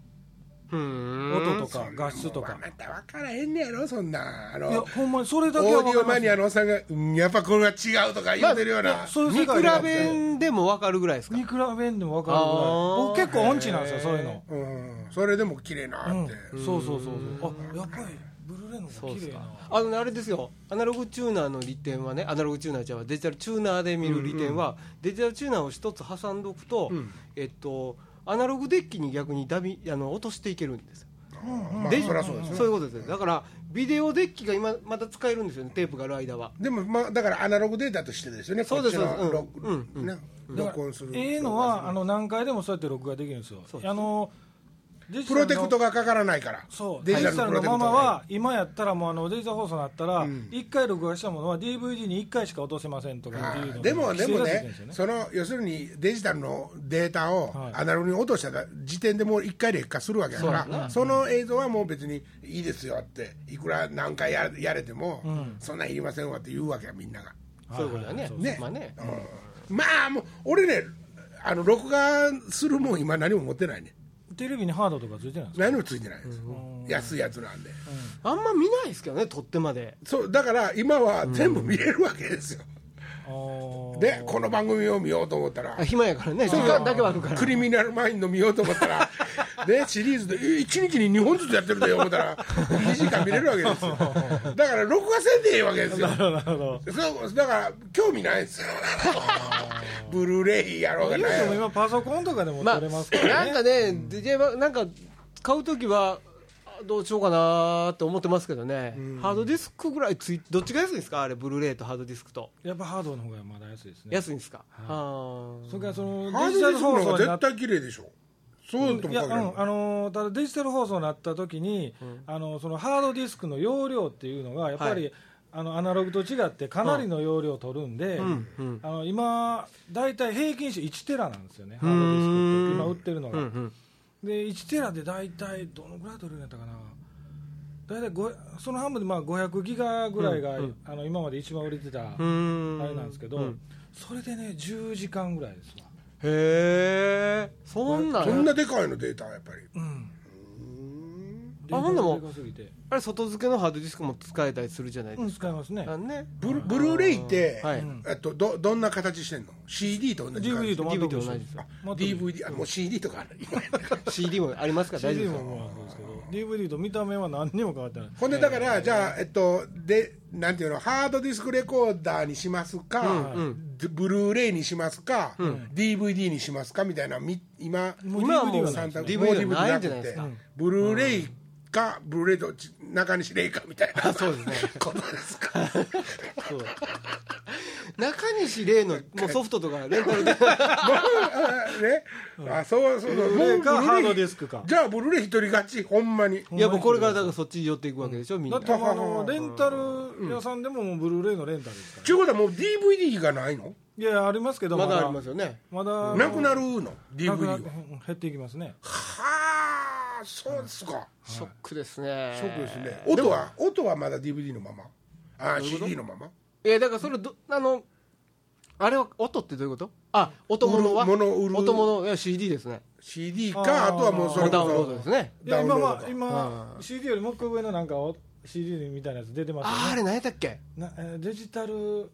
Speaker 2: うーん
Speaker 3: 音とか画質と
Speaker 1: も
Speaker 3: か
Speaker 1: うあなた分からへんねやろそんなんあ
Speaker 3: いや
Speaker 1: の
Speaker 3: ほんまにそれだけ
Speaker 1: オ
Speaker 3: は
Speaker 1: ーデ
Speaker 3: 分
Speaker 1: ィオ
Speaker 3: か
Speaker 1: マ
Speaker 3: り
Speaker 1: ニ
Speaker 3: ま
Speaker 1: アのおっさんが、うん、やっぱこれは違うとか言ってるような、
Speaker 3: そういう
Speaker 2: 見
Speaker 3: 世
Speaker 2: 比
Speaker 3: 界だ
Speaker 2: べんでも分かるぐらいですか
Speaker 3: 見比べんでも分かるぐらい
Speaker 2: あー
Speaker 3: 僕結構音痴なんですよそういうの、
Speaker 1: うん、それでも綺麗なって、
Speaker 3: うんそうそうそうそうあやっぱりブルーレイの
Speaker 2: そ
Speaker 3: 方
Speaker 2: う
Speaker 3: が
Speaker 2: で
Speaker 3: 綺
Speaker 2: す
Speaker 3: 麗
Speaker 2: か
Speaker 3: な
Speaker 2: あのねあれですよアナログチューナーの利点はねアナログチューナーじゃあデジタルチューナーで見る利点は、デジタルチューナーを一つ挟んどくと、えっとアナログデッキに逆にダビあの落としていけるんですよ
Speaker 1: まあ
Speaker 2: デジ
Speaker 1: そりゃそうですね
Speaker 2: そういうことですよだからビデオデッキが今また使えるんですよねテープがある間は
Speaker 1: でもまあだからアナログデータとしてですよね
Speaker 2: そうです
Speaker 1: こっちの
Speaker 2: そうです
Speaker 1: 録
Speaker 2: うんうん
Speaker 1: ね録音する
Speaker 3: ええのはあの何回でもそうやって録画できるんですよあのデジタ
Speaker 1: プ
Speaker 3: ルの
Speaker 1: ロテクトがかからないから
Speaker 3: そう
Speaker 1: デ
Speaker 3: デ
Speaker 1: ジ
Speaker 3: ジ
Speaker 1: タ
Speaker 3: タ
Speaker 1: ルの
Speaker 3: ル
Speaker 1: プロ
Speaker 3: の
Speaker 1: テクト
Speaker 3: ま
Speaker 1: が
Speaker 3: まは今やったらもうあのデジタル放送になったら1回録画したものは DVD に1回しか落とせませんとかっていうの
Speaker 1: でも
Speaker 3: 規
Speaker 1: で
Speaker 3: 制
Speaker 1: も
Speaker 3: がついてるん
Speaker 1: ね
Speaker 3: ですよ
Speaker 1: その要するにデジタルのデータを
Speaker 3: はい
Speaker 1: アナログに落とした時点でもう1回劣化するわけだからそ,、の映像はもう別にいいですよっていくら何回ややれても、そんなんいりませんわって言うわけやみんなが
Speaker 2: そういうことだね
Speaker 1: ね
Speaker 2: まあね
Speaker 1: まあもう俺ねあの録画するもん今何も持ってないね
Speaker 3: テレビにハードとかついてないんですか
Speaker 1: 何もついてないです、安いやつなんで、
Speaker 2: あんま見ないですけどね取ってまで
Speaker 1: そうだから今は全部見れるわけですよ、
Speaker 3: あー
Speaker 1: でこの番組を見ようと思ったら
Speaker 2: あ暇やからね時間だけはあるから
Speaker 1: クリミナルマインド見ようと思ったら、ね、シリーズで、え1日に2本ずつやってるんだよ思ったら、2時間見れるわけですよ。だから、録画せんでいいわけですよ。そうだから、興味ないですよ。ブルーレイやろうが
Speaker 3: 言う
Speaker 1: な
Speaker 3: て
Speaker 1: い
Speaker 3: も
Speaker 1: よ。
Speaker 3: 今パソコンとかでも
Speaker 2: まあ、
Speaker 3: 撮れますから
Speaker 2: なん
Speaker 3: ね
Speaker 2: かね、DJ はなんか買うときはあどうしようかなと思ってますけどね、ハードディスクぐらいついどっちが安いんですかあれブルーレイとハードディスクと
Speaker 3: やっぱハードの方がまだ安いですね
Speaker 2: 安いんですか、は
Speaker 3: それからその
Speaker 1: ハー
Speaker 3: デジ
Speaker 1: ドデ
Speaker 3: タル
Speaker 1: ィスクの
Speaker 3: 放
Speaker 1: 方
Speaker 3: 送
Speaker 1: が
Speaker 3: にな
Speaker 1: 絶
Speaker 3: っ
Speaker 1: 対綺麗でしょ。そうと
Speaker 3: い
Speaker 1: も
Speaker 3: や、
Speaker 1: 限
Speaker 3: う
Speaker 1: らない
Speaker 3: ん、あのーただデジタル放送になった時に、あのそのハードディスクの容量っていうのがやっぱり、
Speaker 2: は
Speaker 3: あのアナログと違ってかなりの容量を取るんで、あの今大体平均値1テラなんですよねハードディスクって今売ってるの
Speaker 2: あ
Speaker 3: が、
Speaker 2: うんうん
Speaker 3: で1テラで大体どのぐらい取れるんやったかな大体ごその半分でまあ500ギガぐらいが、
Speaker 2: うんうん
Speaker 3: あの今まで一番売れてたあ
Speaker 2: う
Speaker 3: れ
Speaker 2: ん
Speaker 3: なんですけど、
Speaker 2: う
Speaker 3: それでね10時間ぐらいですわ
Speaker 2: へえそんなん
Speaker 1: そんなでかいのデータやっぱり
Speaker 3: うん
Speaker 2: あほんでも
Speaker 3: データがすぎて
Speaker 2: あれ外付けのハードディスクも使えたりするじゃないで
Speaker 3: うん、
Speaker 2: す
Speaker 3: 使いますね
Speaker 2: か、あね
Speaker 1: ブルブルーレイって、
Speaker 2: はい
Speaker 3: うん
Speaker 1: えっと、どどんな形してんの CD と同じ感じ
Speaker 3: DVD と全く
Speaker 2: DVD
Speaker 3: 一
Speaker 2: と
Speaker 3: 緒
Speaker 2: 同じですよ
Speaker 3: 全く一緒
Speaker 1: DVD あもう CD とかある
Speaker 2: CD もありますから大丈
Speaker 3: CD
Speaker 2: 夫です
Speaker 3: も
Speaker 2: よ
Speaker 3: まあそうですけど DVD と見た目は何にも変わってない
Speaker 1: ほんでだからじゃあえっとでなんていうのハードディスクレコーダーにしますか、
Speaker 2: うんう
Speaker 1: ブルーレイにしますか、DVD にしますかみたいなみ今
Speaker 3: もう
Speaker 2: 今はもう
Speaker 3: DVD はない
Speaker 1: 三択
Speaker 2: DVD
Speaker 1: もう
Speaker 2: ない
Speaker 1: なく
Speaker 2: んじゃないです
Speaker 1: て
Speaker 2: か
Speaker 1: ブルーレイかブルーレイとち中西レイかみたいな
Speaker 2: そうですね
Speaker 1: ことです か
Speaker 2: そう 中西玲 のもうソフトとかレンタルで
Speaker 1: ねあそうそうそう
Speaker 3: ブルーレイか
Speaker 1: もうブ
Speaker 3: ハ
Speaker 1: ル
Speaker 3: ードディスクか
Speaker 1: じゃあブルーレイ一人勝ちほんまに
Speaker 2: いやもうこれからだからそっちに寄っていくわけでしょみん
Speaker 3: だ
Speaker 2: な
Speaker 3: ってもうあのレンタル屋さんでももうブルーレイのレンタルですから
Speaker 1: ちゅうことはもう DVD がないの
Speaker 3: いやいやありますけど
Speaker 2: まだありますよね
Speaker 3: まだ
Speaker 1: なくなるの
Speaker 3: なく
Speaker 1: DVD
Speaker 3: な
Speaker 1: は
Speaker 3: うん減っていきますね
Speaker 1: はあそうですか
Speaker 2: ショックですね
Speaker 1: ショックですね音は音はまだ DVD のままあー CD のまま
Speaker 2: いやだからそれどあのあれは音ってどういうことあ音物は
Speaker 1: 売る物を売る
Speaker 2: 音物いや CD ですね
Speaker 1: CD
Speaker 3: あー
Speaker 1: かあとはもうそれ
Speaker 2: も
Speaker 1: こそ
Speaker 2: う ダウンロードですね
Speaker 3: いや
Speaker 1: ダウンロ
Speaker 3: 今
Speaker 1: ード
Speaker 3: は
Speaker 1: か
Speaker 3: 今 CD よりもう一個上のなんかお CD みたいなやつ出てます
Speaker 2: あーあ
Speaker 3: よね
Speaker 2: れ何やったっけ
Speaker 3: なえーデジタル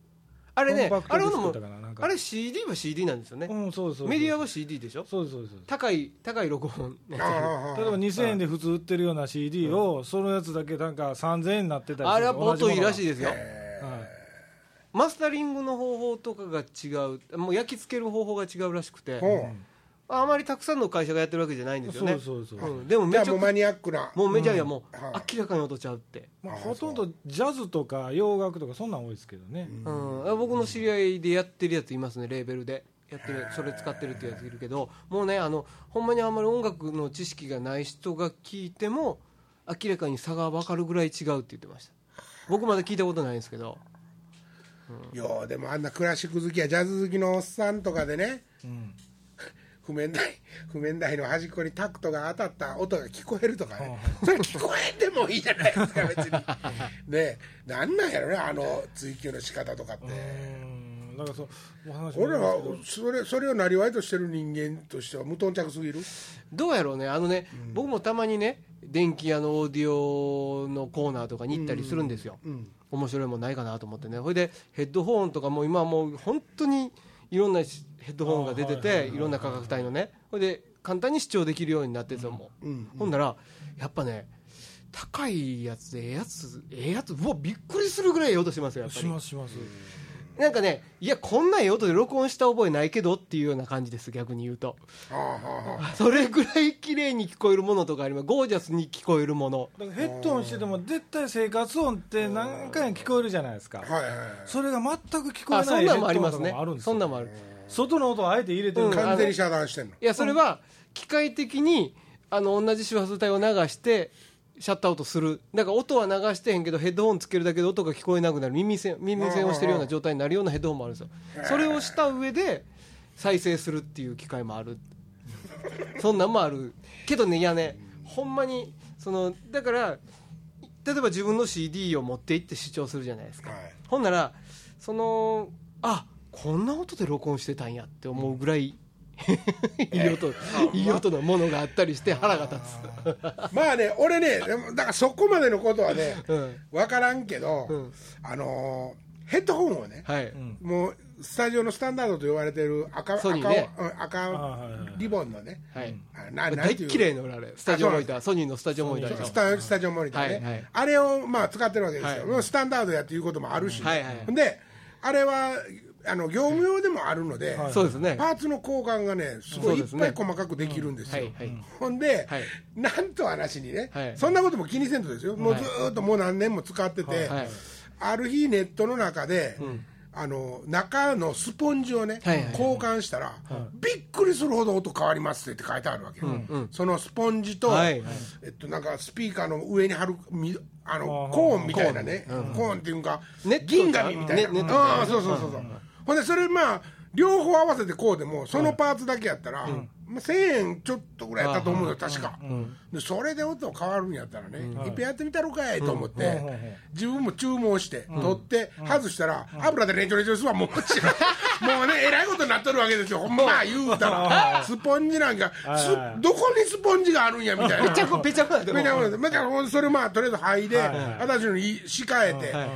Speaker 2: あれね
Speaker 3: コンパク
Speaker 2: あ
Speaker 3: ト
Speaker 2: れは
Speaker 3: ディスク
Speaker 2: も
Speaker 3: だからなん
Speaker 2: う
Speaker 3: か
Speaker 2: あれ CD は CD なんですよね
Speaker 3: うんそうですそうで
Speaker 2: メ
Speaker 3: す
Speaker 2: ディアは CD でしょ
Speaker 3: そうですそうですそうです
Speaker 2: 高い高い録音のやつ
Speaker 1: あ
Speaker 3: 例えば2000円で普通売ってるような CD をそのやつだけなんか3000円になってたり
Speaker 2: あれは音いいらしい
Speaker 3: い
Speaker 2: ですよマスタリングの方法とかが違うもう焼き付ける方法が違うらしくて
Speaker 1: ーほう
Speaker 2: あまりたくさんの会社がやってるわけじゃないんですよね
Speaker 3: そうそうそうん
Speaker 2: でも
Speaker 1: じゃ
Speaker 2: め
Speaker 1: あ
Speaker 2: ちゃ
Speaker 1: もう
Speaker 2: く
Speaker 1: マニアックな
Speaker 2: もうメジャーやもう
Speaker 1: はい
Speaker 2: 明らかに音ちゃうって
Speaker 3: まあ、ほとんどジャズとか洋楽とかそんなん多いですけどね、
Speaker 2: うん、あ僕の知り合いでやってるやついますねレーベルでやってるそれ使ってるっていうやついるけどもうねあのほんまにあんまり音楽の知識がない人が聞いても明らかに差が分かるぐらい違うって言ってました僕まだ聞いたことないんですけど
Speaker 1: いやーでもあんなクラシック好きやジャズ好きのおっさんとかでね
Speaker 3: うん
Speaker 1: 譜面台譜面台の端っこにタクトが当たった音が聞こえるとかねそれ聞こえてもいいじゃないですか別に ねえなんなんやろねあの追求の仕方とかって
Speaker 3: うんだからそうお話もあ
Speaker 1: 俺
Speaker 3: り
Speaker 1: は
Speaker 3: ますけど
Speaker 1: それそれをなりわいとしてる人間としては無頓着すぎる
Speaker 2: どうやろうねあのね、僕もたまにね電気屋のオーディオのコーナーとかに行ったりするんですよ、面白いもんないかなと思ってねそれでヘッドホンとかも今はもう本当にいろんなしヘッドホンが出てて、いろんな価格帯のねそれで簡単に視聴できるようになってたもん、ほんならやっぱね高いやつでええやつええやつうわびっくりするぐらいええ音しますよやっぱ
Speaker 3: し
Speaker 2: り
Speaker 3: ますします
Speaker 2: なんかねいやこんなええ音で録音した覚えないけどっていうような感じです逆に言うと
Speaker 1: ああはあはあ
Speaker 2: それぐらい綺麗に聞こえるものとかありますゴージャスに聞こえるもの
Speaker 3: だからヘッドホンしてても絶対生活音って何回も聞こえるじゃないですか
Speaker 1: はいはいはい
Speaker 3: それが全く聞こ
Speaker 2: あ
Speaker 3: えな
Speaker 2: そ
Speaker 3: い
Speaker 2: ん
Speaker 3: ヘ
Speaker 2: なん
Speaker 3: ッ
Speaker 2: も
Speaker 3: ド
Speaker 2: あり
Speaker 3: ホ
Speaker 2: ま
Speaker 3: ン
Speaker 2: す
Speaker 3: とか
Speaker 2: ね
Speaker 3: もあるんです
Speaker 2: そん
Speaker 3: よ
Speaker 2: なんもある
Speaker 3: 外の音をあえて入れてる
Speaker 2: うん
Speaker 3: から
Speaker 1: 完全に遮断してんの
Speaker 2: いやそれは機械的にあの同じ周波数帯を流してシャットアウトするだから音は流してへんけどヘッドホンつけるだけで音が聞こえなくなる耳栓耳栓をしてるような状態になるようなヘッドホンもあるんですよそれをした上で再生するっていう機会もあるそんなんもあるけどねいやねほんまにそのだから例えば自分の CD を持って行って主張するじゃないですか、
Speaker 1: はい
Speaker 2: ほんならそのあこんな音で録音してたんやって思うぐらい、いい音いい音のものがあったりして腹が立つ
Speaker 1: まあね俺ねでもだからそこまでのことはね、
Speaker 2: うん
Speaker 1: 分からんけど、
Speaker 2: うん
Speaker 1: あのーヘッドホンをね、
Speaker 2: はい、
Speaker 1: もうスタジオのスタンダードと言われてる赤
Speaker 2: ソニーね
Speaker 1: 赤うん赤
Speaker 3: はいはいはい
Speaker 1: リボンのね、
Speaker 2: はい
Speaker 1: あななん
Speaker 2: 大
Speaker 1: ていう
Speaker 2: 綺麗な俺あれスタジオモニターソニーのスタジオモニターでし
Speaker 1: ス
Speaker 2: ょ
Speaker 1: タスタジオモニターね、
Speaker 2: はいはい
Speaker 1: あれをまあ使ってるわけですよ、
Speaker 2: はい
Speaker 1: もうスタンダードやっていうこともあるし、
Speaker 2: はいはいはい
Speaker 1: であれはあの業務用でもあるので、
Speaker 3: はい
Speaker 2: そうですね
Speaker 1: パーツの交換がねすごいい
Speaker 2: そう
Speaker 1: っ
Speaker 2: です
Speaker 1: ぱ
Speaker 2: ね
Speaker 1: い細かくできるんですよ、
Speaker 2: はいはい
Speaker 1: ほんで、
Speaker 2: はい
Speaker 1: なんと話にね、
Speaker 2: はい
Speaker 1: そんなことも気にせんとですよもうずーっともう何年も使ってて、
Speaker 2: はい
Speaker 1: ある日ネットの中で、あの中のスポンジをね、
Speaker 2: はいはいはい
Speaker 1: 交換したら、びっくりするほど音変わりますって書いてあるわけよ、そのスポンジと、
Speaker 2: はいはい
Speaker 1: えっと、なんかスピーカーの上に貼るみあの
Speaker 3: あー
Speaker 1: コーンみたいなねコー,、ンっていうか
Speaker 2: ネット
Speaker 1: 銀紙みたいな、
Speaker 2: ねネット
Speaker 1: ああそうそうそうそう、ほんでそれまあ両方合わせてこうでもそのパーツだけやったら、まあ、1000円ちょっとぐらいやったと思うよ確か、
Speaker 2: ん
Speaker 1: でそれで音変わるんやったらね、一遍やってみたろかいと思って、
Speaker 3: うんうん
Speaker 1: 自分も注文して、取って、外したら、油でレンチョレンチョですわもうこっちもうねえらいことになっとるわけですよほんま言うたらスポンジなんかすどこにスポンジがあるんやみたいな
Speaker 2: ぺちゃこぺちゃこなんでも
Speaker 1: み
Speaker 2: うん
Speaker 1: なもんでまたほんそれまあとりあえず剥いで私のに仕替えてあん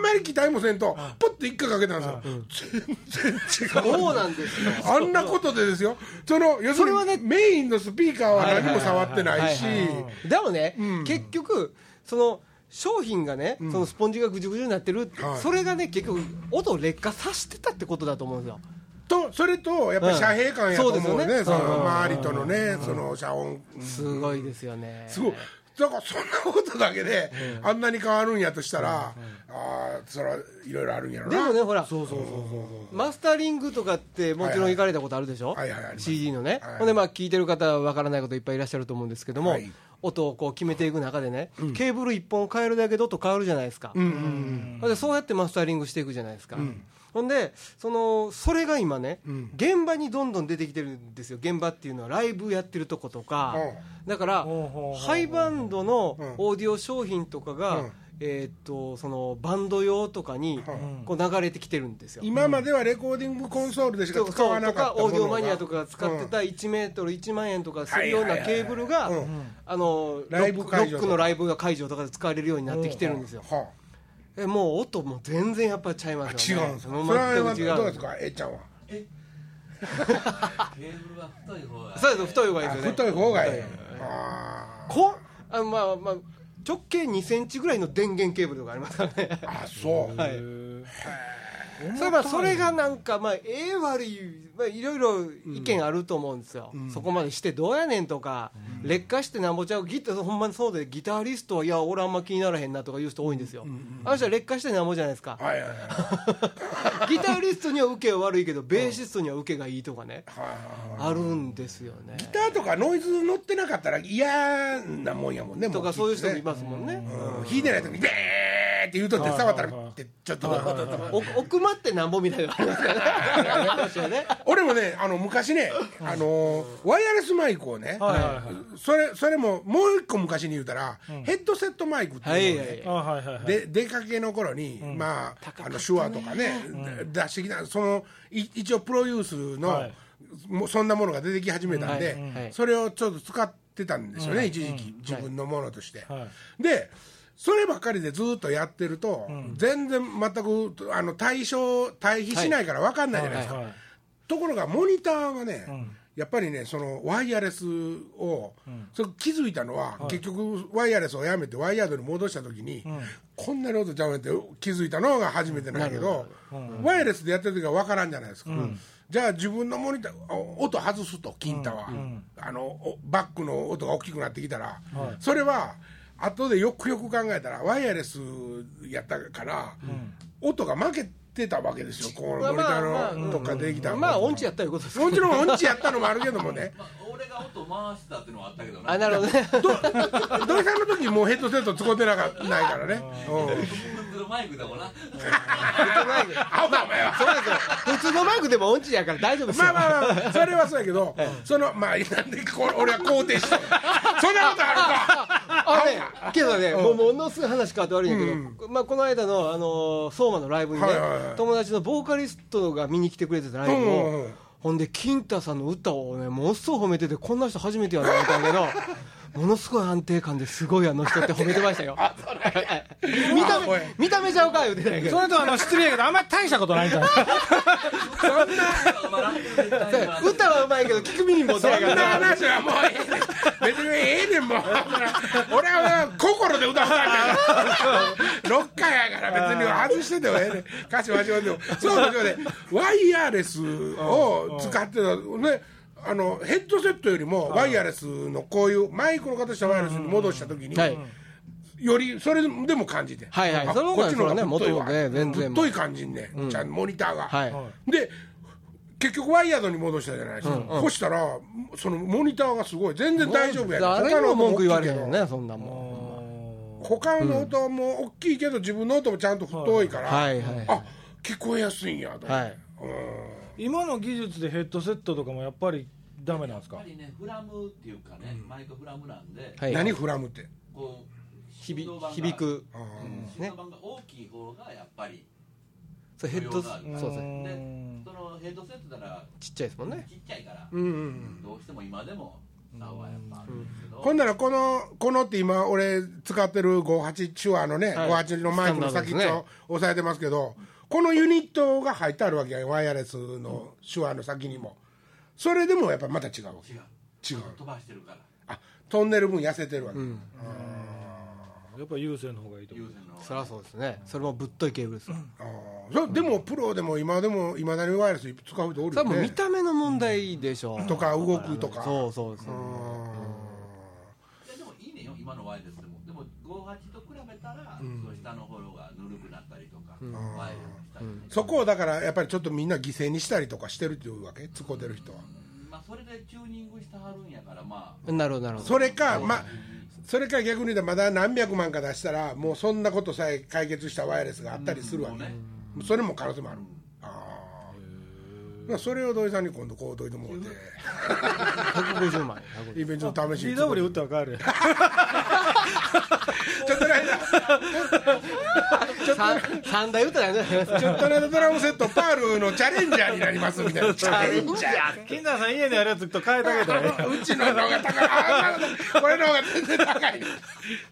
Speaker 1: まり期待もせんとポッと一回かけたんですよ全然違う
Speaker 2: そうなんですよ
Speaker 1: あんなことでですよその要する
Speaker 2: それはね
Speaker 1: にメインのスピーカーは何も触ってないし
Speaker 2: はでもね、結局その商品がね、そのスポンジがぐじゅぐじゅになってるって、
Speaker 1: はい
Speaker 2: それがね結局音を劣化させてたってことだと思うんですよ
Speaker 1: とそれとやっぱり遮蔽感やと思うね,、
Speaker 2: うんそうです
Speaker 1: そ
Speaker 2: よね
Speaker 1: の周りとのね、その遮音
Speaker 2: すごいですよね、
Speaker 1: すごいだからそんなことだけであんなに変わるんやとしたら、ああそれはいろいろあるんやろ
Speaker 2: で
Speaker 1: な
Speaker 2: もねほら
Speaker 1: そうそうそうそう
Speaker 2: マスタリングとかってもちろん行かれたことあるでし
Speaker 1: は
Speaker 2: ょ、
Speaker 1: いはいはいあります
Speaker 2: CD のね、
Speaker 1: はい
Speaker 2: ほんでまあ聞いてる方はわからないこといっぱいいらっしゃると思うんですけども、
Speaker 1: はい
Speaker 2: 音をこう決めていく中でね、ケーブル1本変えるだけで音変わるじゃないですか、
Speaker 1: うんうんうん
Speaker 2: ほんでそうやってマスタリングしていくじゃないですか、ほんでそのそれが今ね、現場にどんどん出てきてるんですよ現場っていうのはライブやってるとことか、だから、
Speaker 3: ほうほうほうほう
Speaker 2: ハイバンドの
Speaker 1: うん
Speaker 2: オーディオ商品とかが、
Speaker 1: うん
Speaker 2: えーっとそのバンド用とかに
Speaker 1: う
Speaker 2: こう流れてきてるんですよ、
Speaker 1: 今まではレコーディングコンソールでし
Speaker 2: と
Speaker 1: か
Speaker 2: か
Speaker 1: 使わなかったも
Speaker 2: オー
Speaker 1: のが
Speaker 2: ディオマニアとかが使ってた1メートル1万円とかするような
Speaker 1: はいはいはい
Speaker 2: ケーブルが、
Speaker 1: うん
Speaker 2: あの
Speaker 1: ライブ会場とか
Speaker 2: ロックのライブが会場とかで使われるようになってきてるんですよ、
Speaker 1: は
Speaker 2: えもう音も全然やっぱちゃいま
Speaker 1: あ、
Speaker 2: す
Speaker 1: 違
Speaker 2: よね
Speaker 1: うんですか
Speaker 2: も
Speaker 1: それは
Speaker 2: 全く違う
Speaker 1: どうですかえいちゃんは
Speaker 4: えケーブルは太い方が
Speaker 2: そうです太い方がいい
Speaker 1: あ
Speaker 2: ですよね
Speaker 1: 太い方がいいあ
Speaker 2: こあまあまあ直径2センチぐらいの電源ケーブルとかありますからね
Speaker 1: ーあそう、
Speaker 2: はいそれまあそれがなんかまあええ悪いまあいろいろ意見あると思うんですよ、そこまでしてどうやねんとか、劣化してなんぼちゃうギターほんまにそうでギタリストはいや俺あんま気にならへんなとか言う人多いんですよ、あの人は劣化してなんぼじゃない ですか、
Speaker 1: はいはいはい
Speaker 2: ギタリストには受けは悪いけどベーシストには受けがいいとかね、
Speaker 1: はい
Speaker 2: あるんですよね
Speaker 1: ギターとかノイズ乗ってなかったら嫌なもんやもんねも
Speaker 2: とかそういう人もい
Speaker 1: ね、
Speaker 2: ますもんね、
Speaker 1: うん、弾いてない時に「でー!」って言うとって触ったらってちょっと
Speaker 2: 奥奥まってなんぼみたいなのありますから ね
Speaker 1: 俺もねあの昔ねあのワイヤレスマイクをね、
Speaker 3: はいはいはい
Speaker 1: それそれももう一個昔に言うたら、ヘッドセットマイクっていうのをね、
Speaker 2: はいはいはい
Speaker 3: あはいはいはい
Speaker 1: で出かけの頃に、まあ、あの手話とかね、出してきたそのい一応プロユースの、
Speaker 3: はい
Speaker 1: もうそんなものが出てき始めたんで、
Speaker 2: はいはい
Speaker 1: それをちょっと使ってたんですよね、一時期自分のものとして、
Speaker 3: は
Speaker 1: でそればっかりでずっとやってると、全然全くあの対象対比しないから分かんないじゃないですか、
Speaker 3: はいはい
Speaker 1: ところがモニターがね、やっぱりねそのワイヤレスを、それ気づいたのは、結局ワイヤレスをやめてワイヤードに戻した時に、こんなに音ちゃうやんって気づいたのが初めてなんやけど、ワイヤレスでやってる時は分からんじゃないですか、じゃあ自分のモニターお音外すと金太は、あのおバックの音が大きくなってきたら、それは後でよくよく考えたらワイヤレスやったから、音が負けてたわけですよこのモニターのとかできた
Speaker 2: まあ音痴やったいうことです
Speaker 1: もちろん音痴やったのもあるけどもね
Speaker 4: まあ、俺が音回してたっていうのはあったけどな
Speaker 2: あなるほど ね
Speaker 1: 土井さんの時もうヘッドセット使ってなかったないからねうん
Speaker 4: 普通のマイクだもんな
Speaker 1: アホかお前は
Speaker 2: そうですよ普通のマイクでも音痴やから大丈夫ですよ、
Speaker 1: まあまあまあそれはそうやけどそのまあなんでこ俺は肯定したのそんなことあるか
Speaker 2: あれけどね、もうものすごい話変わって悪いんだけど、まあ、この間の、あのー相馬のライブにね、
Speaker 1: はいはいはい
Speaker 2: 友達のボーカリストが見に来てくれてたライブを、
Speaker 1: うんうんうん
Speaker 2: ほんで金太さんの歌をねものすごい褒めててこんな人初めてやな思ったんやけど ものすごい安定感ですごいあの人って褒めてました よ見た
Speaker 1: あおい
Speaker 2: 目見た目ちゃうか言うてたんやけど
Speaker 3: それとあの失礼やけどあんまり大したことないから
Speaker 4: まあラップで歌います
Speaker 2: 歌はうまいけど聞く耳にも
Speaker 1: そ
Speaker 2: た
Speaker 1: ん
Speaker 2: やから
Speaker 1: な話はもうええねん別にええねんもう俺は心で歌うたんだから6回やから別に外しててもええねん歌詞間違えてもそうでしょうねワイヤレスを使ってたねあのヘッドセットよりもワイヤレスのこういうマイクの形したワイヤレスに戻した時に、
Speaker 2: はい
Speaker 1: よりそれでも感じて、
Speaker 2: はいはい
Speaker 1: あ
Speaker 2: その方が
Speaker 1: こっちの方が
Speaker 2: そうね
Speaker 1: 太いわ
Speaker 2: 元々ね全然
Speaker 1: 太い感じにね、ちゃんとモニターが、
Speaker 2: はい
Speaker 1: で結局ワイヤードに戻したじゃないですか、そしたらそのモニターがすごい全然大丈夫やねん
Speaker 2: 誰にも文句言われへんよ
Speaker 1: 他の音も大きいけど
Speaker 2: ねそんなもん
Speaker 1: 他の音も大きいけど自分の音もちゃんと太いから、
Speaker 2: はいはい
Speaker 1: あ聞こえやすいんやと思って、
Speaker 2: はい
Speaker 3: 今の技術でヘッドセットとかもやっぱりダメなんです
Speaker 4: や
Speaker 3: か
Speaker 4: っぱりねフラムっていうかね、マイクフラムなんで、
Speaker 2: はい
Speaker 1: 何フラムって
Speaker 4: こう
Speaker 2: 響
Speaker 4: 振動板が
Speaker 2: 響く
Speaker 1: あー
Speaker 4: うん振
Speaker 2: ね
Speaker 4: 動板が大きい方がやっぱり
Speaker 2: そうヘッド
Speaker 4: 需要がある
Speaker 2: そうですね
Speaker 3: う
Speaker 4: で
Speaker 3: ん
Speaker 4: そのヘッドセットなら
Speaker 2: ちっちゃいですもんね
Speaker 4: ちっちゃいから、
Speaker 1: うんうんうん
Speaker 4: どうしても今でも差はやっぱあるんですけど、
Speaker 1: ほんならこのこのって今俺使ってる58チュアのね、
Speaker 2: はい
Speaker 1: 58のマイクの先っち
Speaker 2: スタンダード
Speaker 1: ょ
Speaker 2: ですね
Speaker 1: 押さえてますけどこのユニットが入ってあるわけやワイヤレスの手話の先にもそれでもやっぱまた違うわけ
Speaker 4: 違う
Speaker 1: 違う
Speaker 4: 飛ばしてるから
Speaker 1: あ飛んでる分痩せてるわけ、
Speaker 3: やっぱり優先の方がいいと
Speaker 4: 優
Speaker 3: 思
Speaker 4: 先の
Speaker 2: そりゃそうですねそれもぶっといケーブルですわ
Speaker 1: あーそでもプロでも今でもいまだにワイヤレス使う人おる
Speaker 2: それ
Speaker 1: よ
Speaker 2: はもう見
Speaker 1: ね
Speaker 2: た目の問題でしょう
Speaker 1: とか動くとか
Speaker 2: そうそうですね
Speaker 4: いやでもいいねよ今のワイヤレスでもでも58と比べたら、そう下の方がぬるくなったりとか、ワイヤレスしたりね、
Speaker 1: そこをだからやっぱりちょっとみんな犠牲にしたりとかしてるっていうわけ突っ込んでる人は
Speaker 4: まあそれでチューニングしてはるんやからまあ
Speaker 2: なるほどなるほど
Speaker 1: それかまそれか逆に言うとまだ何百万か出したらもうそんなことさえ解決したワイヤレスがあったりするわ
Speaker 4: もう
Speaker 1: け、
Speaker 4: ね
Speaker 1: それも可能性もある、ああそれを土井さんに今度こうどいてもらって
Speaker 2: 150万
Speaker 1: イベントの
Speaker 3: う
Speaker 1: 試しに
Speaker 3: DW 打ったら 帰る
Speaker 1: ちょっとの間
Speaker 2: 3台打ったらやめ
Speaker 1: ちょっとの間ドラムセットパールのチャレンジャーになりますみたいなチャレンジャー
Speaker 3: 金田さん家でやるやつと変え てあげたらええ
Speaker 1: うちの方が高いあーこれの方が全然高い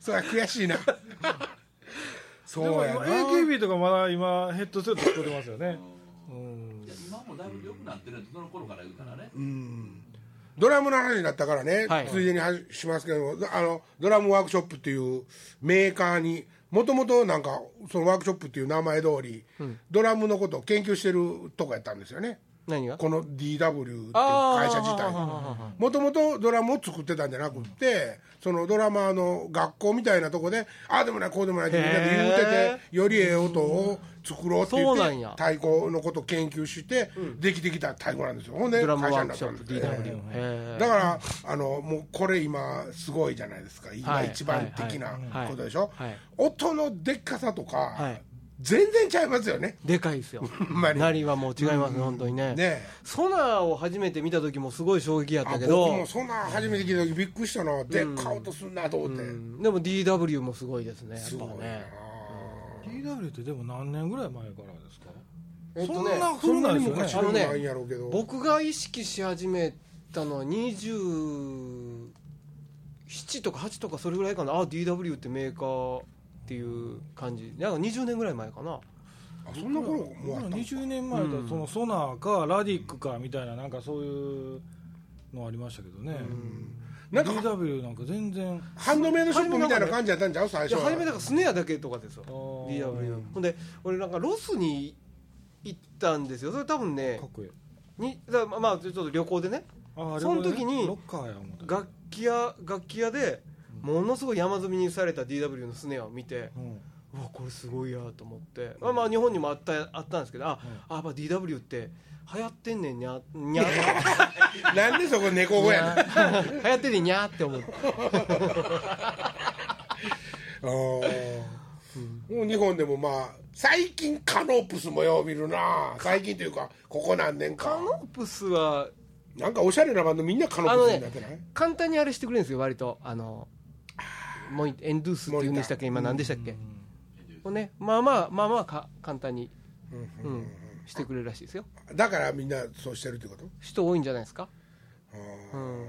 Speaker 1: それは悔しいなそ
Speaker 3: でも
Speaker 1: うや
Speaker 3: 今
Speaker 1: な
Speaker 3: AKB とかまだ今ヘッドセット作ってますよね
Speaker 4: いや今もだいぶ良くなってるんですその頃から言うからね、
Speaker 1: ドラムの話になったからね、
Speaker 2: はい
Speaker 1: ついでにはしますけどあのドラムワークショップっていうメーカーにもともとなんかそのワークショップっていう名前通り、ドラムのことを研究してるとこやったんですよね
Speaker 2: 何が
Speaker 1: この DW っていう会社自体もともとドラムを作ってたんじゃなくってそのドラマーの学校みたいなとこでああでもないこうでもないってみんなで言うて
Speaker 2: へ
Speaker 1: てよりええ音を作ろうって言っ
Speaker 2: そうな
Speaker 1: て
Speaker 2: んや
Speaker 1: 太鼓のことを研究してできてきた太鼓なんですよほんで
Speaker 2: ドラム
Speaker 1: 会社
Speaker 2: ワー
Speaker 1: にな
Speaker 2: ク
Speaker 1: っ
Speaker 2: シ
Speaker 1: た
Speaker 2: ョ
Speaker 1: んで
Speaker 2: ップ
Speaker 1: すね
Speaker 2: DW へー
Speaker 1: だからあのもうこれ今すごいじゃないですか今
Speaker 2: はい
Speaker 1: 一番的な
Speaker 2: はい
Speaker 1: ことでしょ
Speaker 2: はい
Speaker 1: 音のでっかさとか
Speaker 2: い
Speaker 1: 全然ちゃいますよね
Speaker 2: でかいですよ
Speaker 1: んまに
Speaker 2: なりはもう違いますね本当にね
Speaker 1: ね
Speaker 2: ソナーを初めて見た時もすごい衝撃やった
Speaker 1: あ
Speaker 2: け
Speaker 1: 僕
Speaker 2: ど
Speaker 1: もそんなん初めて聞いた時びっくりしたなでっかい音すんなと思って
Speaker 2: うんでも DW もすごいですねや
Speaker 1: す
Speaker 2: っ
Speaker 1: ご
Speaker 2: ぱ
Speaker 1: いな
Speaker 2: ね
Speaker 3: DW ってでも何年ぐらい前からですか
Speaker 1: えっと
Speaker 3: そんな
Speaker 1: そんなに
Speaker 3: 古ない
Speaker 1: 昔
Speaker 3: です
Speaker 2: よね
Speaker 1: のないんやろうけど
Speaker 2: 僕が意識し始めたのは27とか8とかそれぐらいかなあ DW ってメーカーっていう感じなんか20年ぐらい前かな
Speaker 1: あそんな頃もうあったの
Speaker 3: 20年前だとそのソナーかラディックかみたいななんかそういうのありましたけどね
Speaker 1: なんか
Speaker 3: DW なんか全然
Speaker 1: ハンドメイドショップみたいな感じやったんちゃう最
Speaker 2: いや
Speaker 1: 初は
Speaker 2: 初めだからスネアだけとかですよ
Speaker 3: あー
Speaker 2: DW ほんで俺なんかロスに行ったんですよそれ多分ね
Speaker 3: かっこいい
Speaker 2: にだからまあちょっと旅行でね
Speaker 3: ああ
Speaker 2: その時に
Speaker 3: ロッカーや思った
Speaker 2: 楽器屋楽器屋でものすごい山積みにされた DW のスネアを見て
Speaker 3: うん
Speaker 2: うわこれすごいやと思って、まあ、まあ日本にもあったあったんですけどあ、あやっぱ DW って流行ってんねんにゃにゃ
Speaker 1: なんでそこ猫語やねん
Speaker 2: 流行ってんねんにゃって思って
Speaker 1: あーもう日本でもまあ最近カノープスもよう見るな最近というかここ何年か
Speaker 2: カノープスは
Speaker 1: なんかおしゃれなバンドみんなカノープスになってない、
Speaker 2: 簡単にあれしてくれるんですよ割とあのモニエンドゥースっていうんでしたっけ今何でしたっけ、もうねまあまあまあまあか簡単に、うんしてくれるらしいですよ
Speaker 1: だからみんなそうしてるってこと
Speaker 2: 人多いんじゃないですか
Speaker 1: あ
Speaker 2: う
Speaker 1: ー
Speaker 2: ん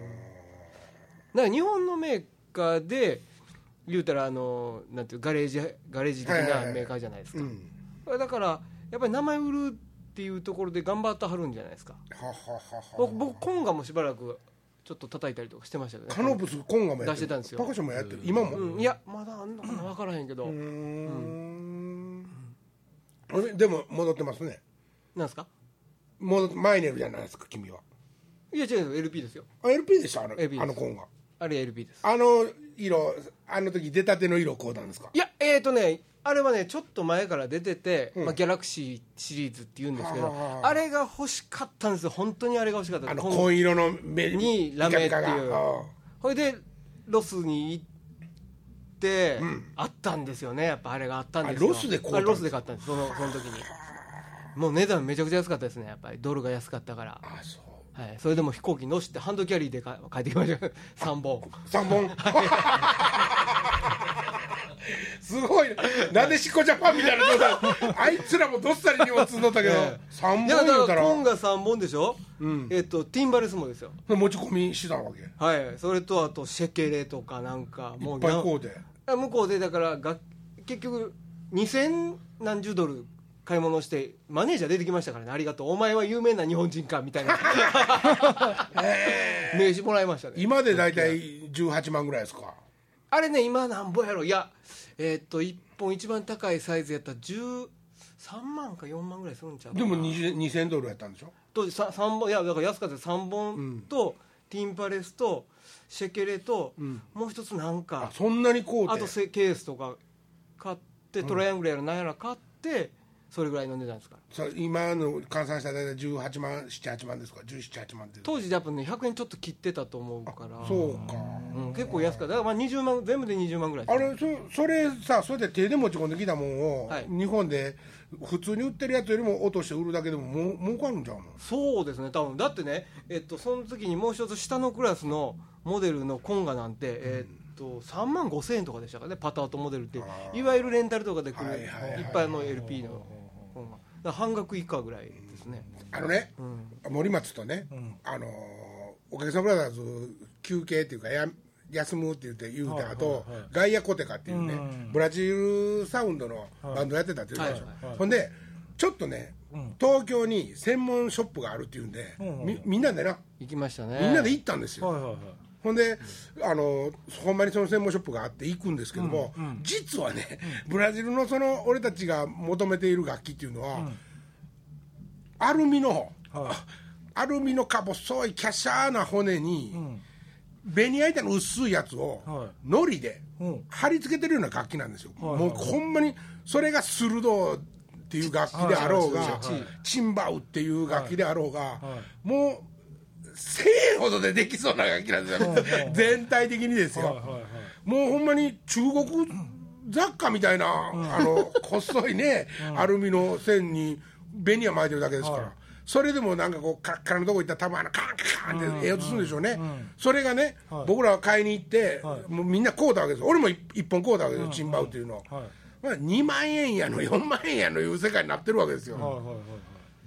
Speaker 2: だから日本のメーカーで言うたらあのなんていうガレージガレージ的
Speaker 1: はいはいは
Speaker 2: ないメーカーじゃないですか、
Speaker 1: うん
Speaker 2: だからやっぱり名前売るっていうところで頑張ってはるんじゃないですか
Speaker 1: はははは
Speaker 2: 僕僕コンガもしばらくちょっと叩いたりとかしてましたけどね
Speaker 1: カノープスコンガもやってる
Speaker 2: 出してたんですよ
Speaker 1: パカションもやってる今も
Speaker 2: うん、いやまだあんのかな分からへんけど、
Speaker 1: うーんあれでも戻ってますね
Speaker 2: なんですか
Speaker 1: 戻ってマイネルじゃないですか君はい
Speaker 2: や違う LP ですよ
Speaker 1: あ LP でしたあの
Speaker 2: LP です
Speaker 1: あのコンガ
Speaker 2: あれ LP です
Speaker 1: あの色あの時出たての色こうなんですか
Speaker 2: いやえーとねあれはねちょっと前から出てて、まあ、ギャラクシーシリーズっていうんですけど、
Speaker 1: はあはあはあ
Speaker 2: あれが欲しかったんですよ本当にあれが欲しかった
Speaker 1: あの
Speaker 2: 今
Speaker 1: 紺色の目
Speaker 2: にラメっていう
Speaker 1: あ
Speaker 2: ほいでロスに行って、あったんですよねやっぱあれがあったんですよ
Speaker 1: あロスで買うたん
Speaker 2: あ
Speaker 1: です
Speaker 2: ロスで買ったんですそのその時にもう値段めちゃくちゃ安かったですねやっぱりドルが安かったから
Speaker 1: あそう
Speaker 2: はい、それでも飛行機乗してハンドキャリーでか帰ってきました 3本
Speaker 1: 三 本。すごいな。なでしこジャパンみたいな状態。あいつらもどっさり荷物積んどったけど、三本
Speaker 2: いや
Speaker 1: 言
Speaker 2: だ
Speaker 1: う
Speaker 2: か
Speaker 1: た
Speaker 2: ら
Speaker 1: ら
Speaker 2: コンが3本でしょ、
Speaker 1: うん
Speaker 2: えっとティンバレスもですよ
Speaker 1: 持ち込みしてたわけ。いっ
Speaker 2: はいそれとあとシェケレとかなんかもう
Speaker 1: ぱい
Speaker 2: な
Speaker 1: こうで。
Speaker 2: あ向こうでだからが結局2000何十ドル買い物してマネージャー出てきましたからねありがとうお前は有名な日本人かみた いな名刺もらいましたね
Speaker 1: 今でだいたい十八万ぐらいですか。
Speaker 2: あれね今なんぼやろいやえーっと1本一番高いサイズやったら13万か4万ぐらいするんちゃうか
Speaker 1: で
Speaker 2: な
Speaker 1: も二千ドルやったんでしょ。
Speaker 2: とさ三本いやだから安かった3本と、ティンパレスとシェケレと、もう一つなん
Speaker 1: あ
Speaker 2: か
Speaker 1: そんなにこう
Speaker 2: あ
Speaker 1: で
Speaker 2: と。せケースとか買ってトライアングルやらなんやら買ってそれぐらいの値段ですから
Speaker 1: そう今の換算したらだいたい十八万七八万ですか。十七八万です。
Speaker 2: 当時やっぱね100円ちょっと切ってたと思うから
Speaker 1: そうか。
Speaker 2: うん、結構安かっただからまあ20万全部で20万ぐらい
Speaker 1: あれそそれさそうやって手で持ち込んできたもんを、
Speaker 2: はい
Speaker 1: 日本で普通に売ってるやつよりも落として売るだけでももう儲かるんちゃうの
Speaker 2: そうですね多分だってねえっとその時にもう一つ下のクラスのモデルのコンガなんて、えっと3万5千円とかでしたからねパターとモデルって
Speaker 1: ー
Speaker 2: いわゆるレンタルとかで来
Speaker 1: は
Speaker 2: る
Speaker 1: いはいはい
Speaker 2: 一般の LP のコンガだから半額以下ぐらいですね、
Speaker 1: あのね、森松とね、あのーおかげさまブラザーズ休憩っていうかや休むって言って言うてあと、ガイアコテカっていうね、ブラジルサウンドのバンドやってたって言うでしょ、
Speaker 2: はい
Speaker 1: ほんでちょっとね、東京に専門ショップがあるっていうんで、みみんなでな
Speaker 2: 行きましたね
Speaker 1: みんなで行ったんですよ、
Speaker 3: はいはいはい
Speaker 1: ほんで、あのほんまにその専門ショップがあって行くんですけども、実はね、ブラジルのその俺たちが求めている楽器っていうのは、アルミの、 アルミのか細いキャシャーな骨に、ベニヤ板の薄いやつを、
Speaker 3: は
Speaker 1: のりで
Speaker 3: うん
Speaker 1: 貼り付けてるような楽器なんですよ、もうほんまにそれが鋭っていう楽器であろうが、
Speaker 3: はい
Speaker 2: はいはい
Speaker 1: チンバウっていう楽器であろうが、もう1000円ほどでできそうな楽器なんですよ、 全体的にですよ、
Speaker 3: はいはいはい
Speaker 1: もうほんまに中国雑貨みたいな、あの細いね、アルミの線にベニヤ巻いてるだけですから、それでもなんかこうカラッカラのとこ行ったらたまのカンカンってええ音するんでしょうね、それがね、僕らは買いに行って、もうみんな買うたわけです俺も一一本買うたわけですよ、チンバウっていうのを、
Speaker 3: はい
Speaker 1: まあ、2万円やの4万円やのいう世界になってるわけですよ、
Speaker 3: はいはいはい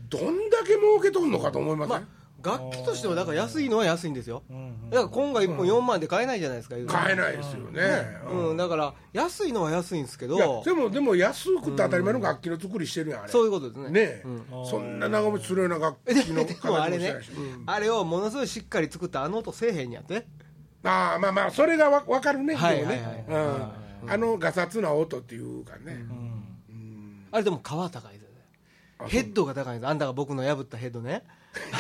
Speaker 1: どんだけ儲けとんのかと思いません、
Speaker 2: 楽器としてはだから安いのは安いんですよ、だから今回1本4万で買えないじゃないですか、言うて
Speaker 1: 買えないですよね、うん
Speaker 2: うん、だから安いのは安いんですけ
Speaker 1: いや
Speaker 2: ど
Speaker 1: でもでも安くて当たり前の楽器の作りしてるやんあれ
Speaker 2: そういうことですね
Speaker 1: ねえ、そんな長持ちするような楽器の
Speaker 2: でもあれね
Speaker 1: しないし、うん
Speaker 2: あれをものすごいしっかり作ったあの音せえへんやって
Speaker 1: ああまあまあそれがわ分かるね、
Speaker 2: はい
Speaker 1: でもね
Speaker 2: はいはい
Speaker 1: うんあのガサツな音っていうかね、
Speaker 2: あれでも皮高いですよねヘッドが高いんですあんたが僕の破ったヘッドね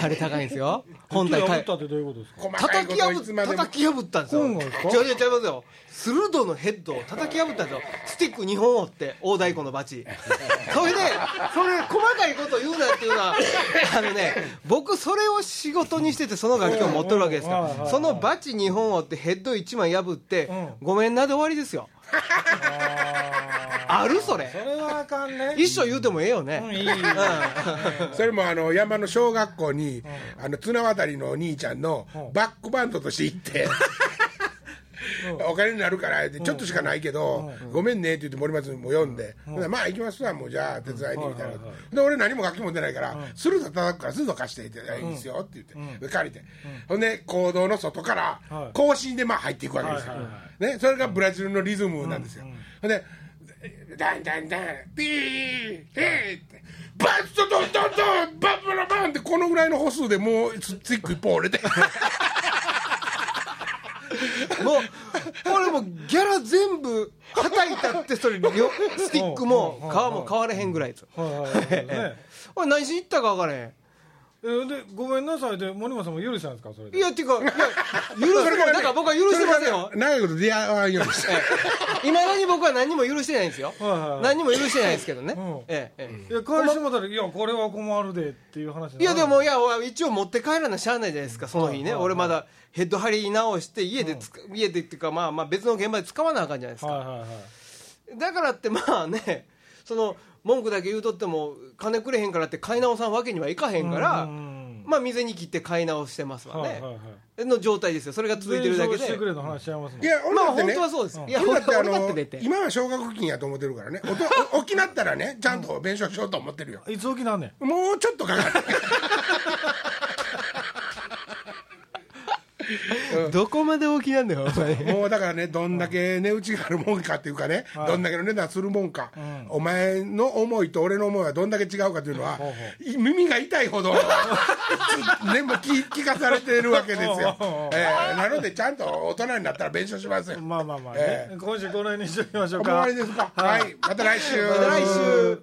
Speaker 2: あれ高いんですよ本体
Speaker 3: 手破
Speaker 2: かい
Speaker 3: ったってどういうことですか
Speaker 1: 細かい
Speaker 2: 叩
Speaker 1: こ
Speaker 2: き
Speaker 1: とを
Speaker 2: 破
Speaker 1: い
Speaker 2: っ
Speaker 1: つまでも
Speaker 2: 叩き破ったんですよ
Speaker 3: そうなんですか
Speaker 2: 違う違う違いますよ鋭のヘッドを叩き破ったんですよスティック2本折って大太鼓のバ チそれでそれ細かいこと言うなっていうの はあのね僕それを仕事にしててその楽器を持ってるわけですか
Speaker 3: うんはいは
Speaker 2: ら
Speaker 3: い
Speaker 2: そのバチ2本折ってヘッド1枚破って
Speaker 3: う
Speaker 2: ごめんなで終わりですよあるそれ
Speaker 3: それはあかんね
Speaker 2: 一生言うてもええよね、
Speaker 3: いいよ
Speaker 1: それもあの山の小学校に、あの綱渡りのお兄ちゃんのバックバンドとして行って、お金になるからってちょっとしかないけど、ごめんねって言って森松も読んで、ほんならまあ行きますわもうじゃあ手伝いにみたいな、で俺何も楽器持ってないから、すると叩くからすると貸してっていやいいですよって言って、借りて、ほんで講堂の外から
Speaker 3: はい
Speaker 1: 更新でまあ入っていくわけですよ、
Speaker 3: はいはいは
Speaker 1: ね、それがブラジルのリズムなんですよ、ほんでダンダンダンピーピーってバッとドンドンドンバンバラバンってこのぐらいの歩数でもうスティック一本折 れて
Speaker 2: もう、これもうギャラ全部、はたいたって、それ、両スティックも、皮も変われへんぐらいですよ。
Speaker 3: は いはいはいはいね
Speaker 2: 俺、何しに行ったか分からへん。
Speaker 3: えーでごめんなさいで森本さんも許したんですかそれで
Speaker 2: いや、っていう か、いや、許すもん、だから僕は許してませんよ。
Speaker 1: 長いこと出会わんようにして
Speaker 2: いまだに僕は何にも許してないんですよ。
Speaker 3: はいはいはい
Speaker 2: 何にも許してないですけどね。
Speaker 3: ん
Speaker 2: えええ
Speaker 3: いや返してもらったらいやこれは困るでっていう話になる
Speaker 2: えいやでもいや一応持って帰らなしゃあないじゃないですかその日ね俺まだヘッド張り直して家でつく家でっていうかまあまあ別の現場で使わなあかんじゃないですか
Speaker 3: はいはいはい
Speaker 2: だからってまあねその文句だけ言うとっても金くれへんからって買い直さんわけにはいかへんから、
Speaker 3: うん
Speaker 2: まあ水に切って買い直してますわ
Speaker 3: はい
Speaker 2: ね
Speaker 3: はいはい
Speaker 2: の状態ですよそれが続いてるだけ
Speaker 3: 全然そうして
Speaker 2: で
Speaker 3: くれの話しちゃいますもん
Speaker 1: いや俺
Speaker 2: まあ
Speaker 1: だって
Speaker 2: 本
Speaker 1: ね、
Speaker 2: 当はそうですいや
Speaker 1: 俺だ
Speaker 2: 俺
Speaker 1: ってあ
Speaker 2: 俺だって出
Speaker 1: の
Speaker 2: て
Speaker 1: 今は奨学金やと思ってるからねおとお沖なったらねちゃんと弁償しようと思ってるよ
Speaker 3: いつ起きなんねん
Speaker 1: もうちょっとかかる
Speaker 2: どこまで大きなんだよお前
Speaker 1: もうだからね、どんだけ値打ちがあるもんかっていうかね、どんだけの値段するもんか、お前の思いと俺の思いはどんだけ違うかというのは、い耳が痛いほど、 ね、もう聞聞かされてるわけですよ。えーなので、ちゃんと大人になったら弁償しますよ。
Speaker 3: まあまあまあ
Speaker 1: え
Speaker 3: ね今週この辺にしときましょ
Speaker 1: お
Speaker 3: う
Speaker 1: 終わ
Speaker 3: か
Speaker 1: りですか。はい、また来週。
Speaker 2: 来週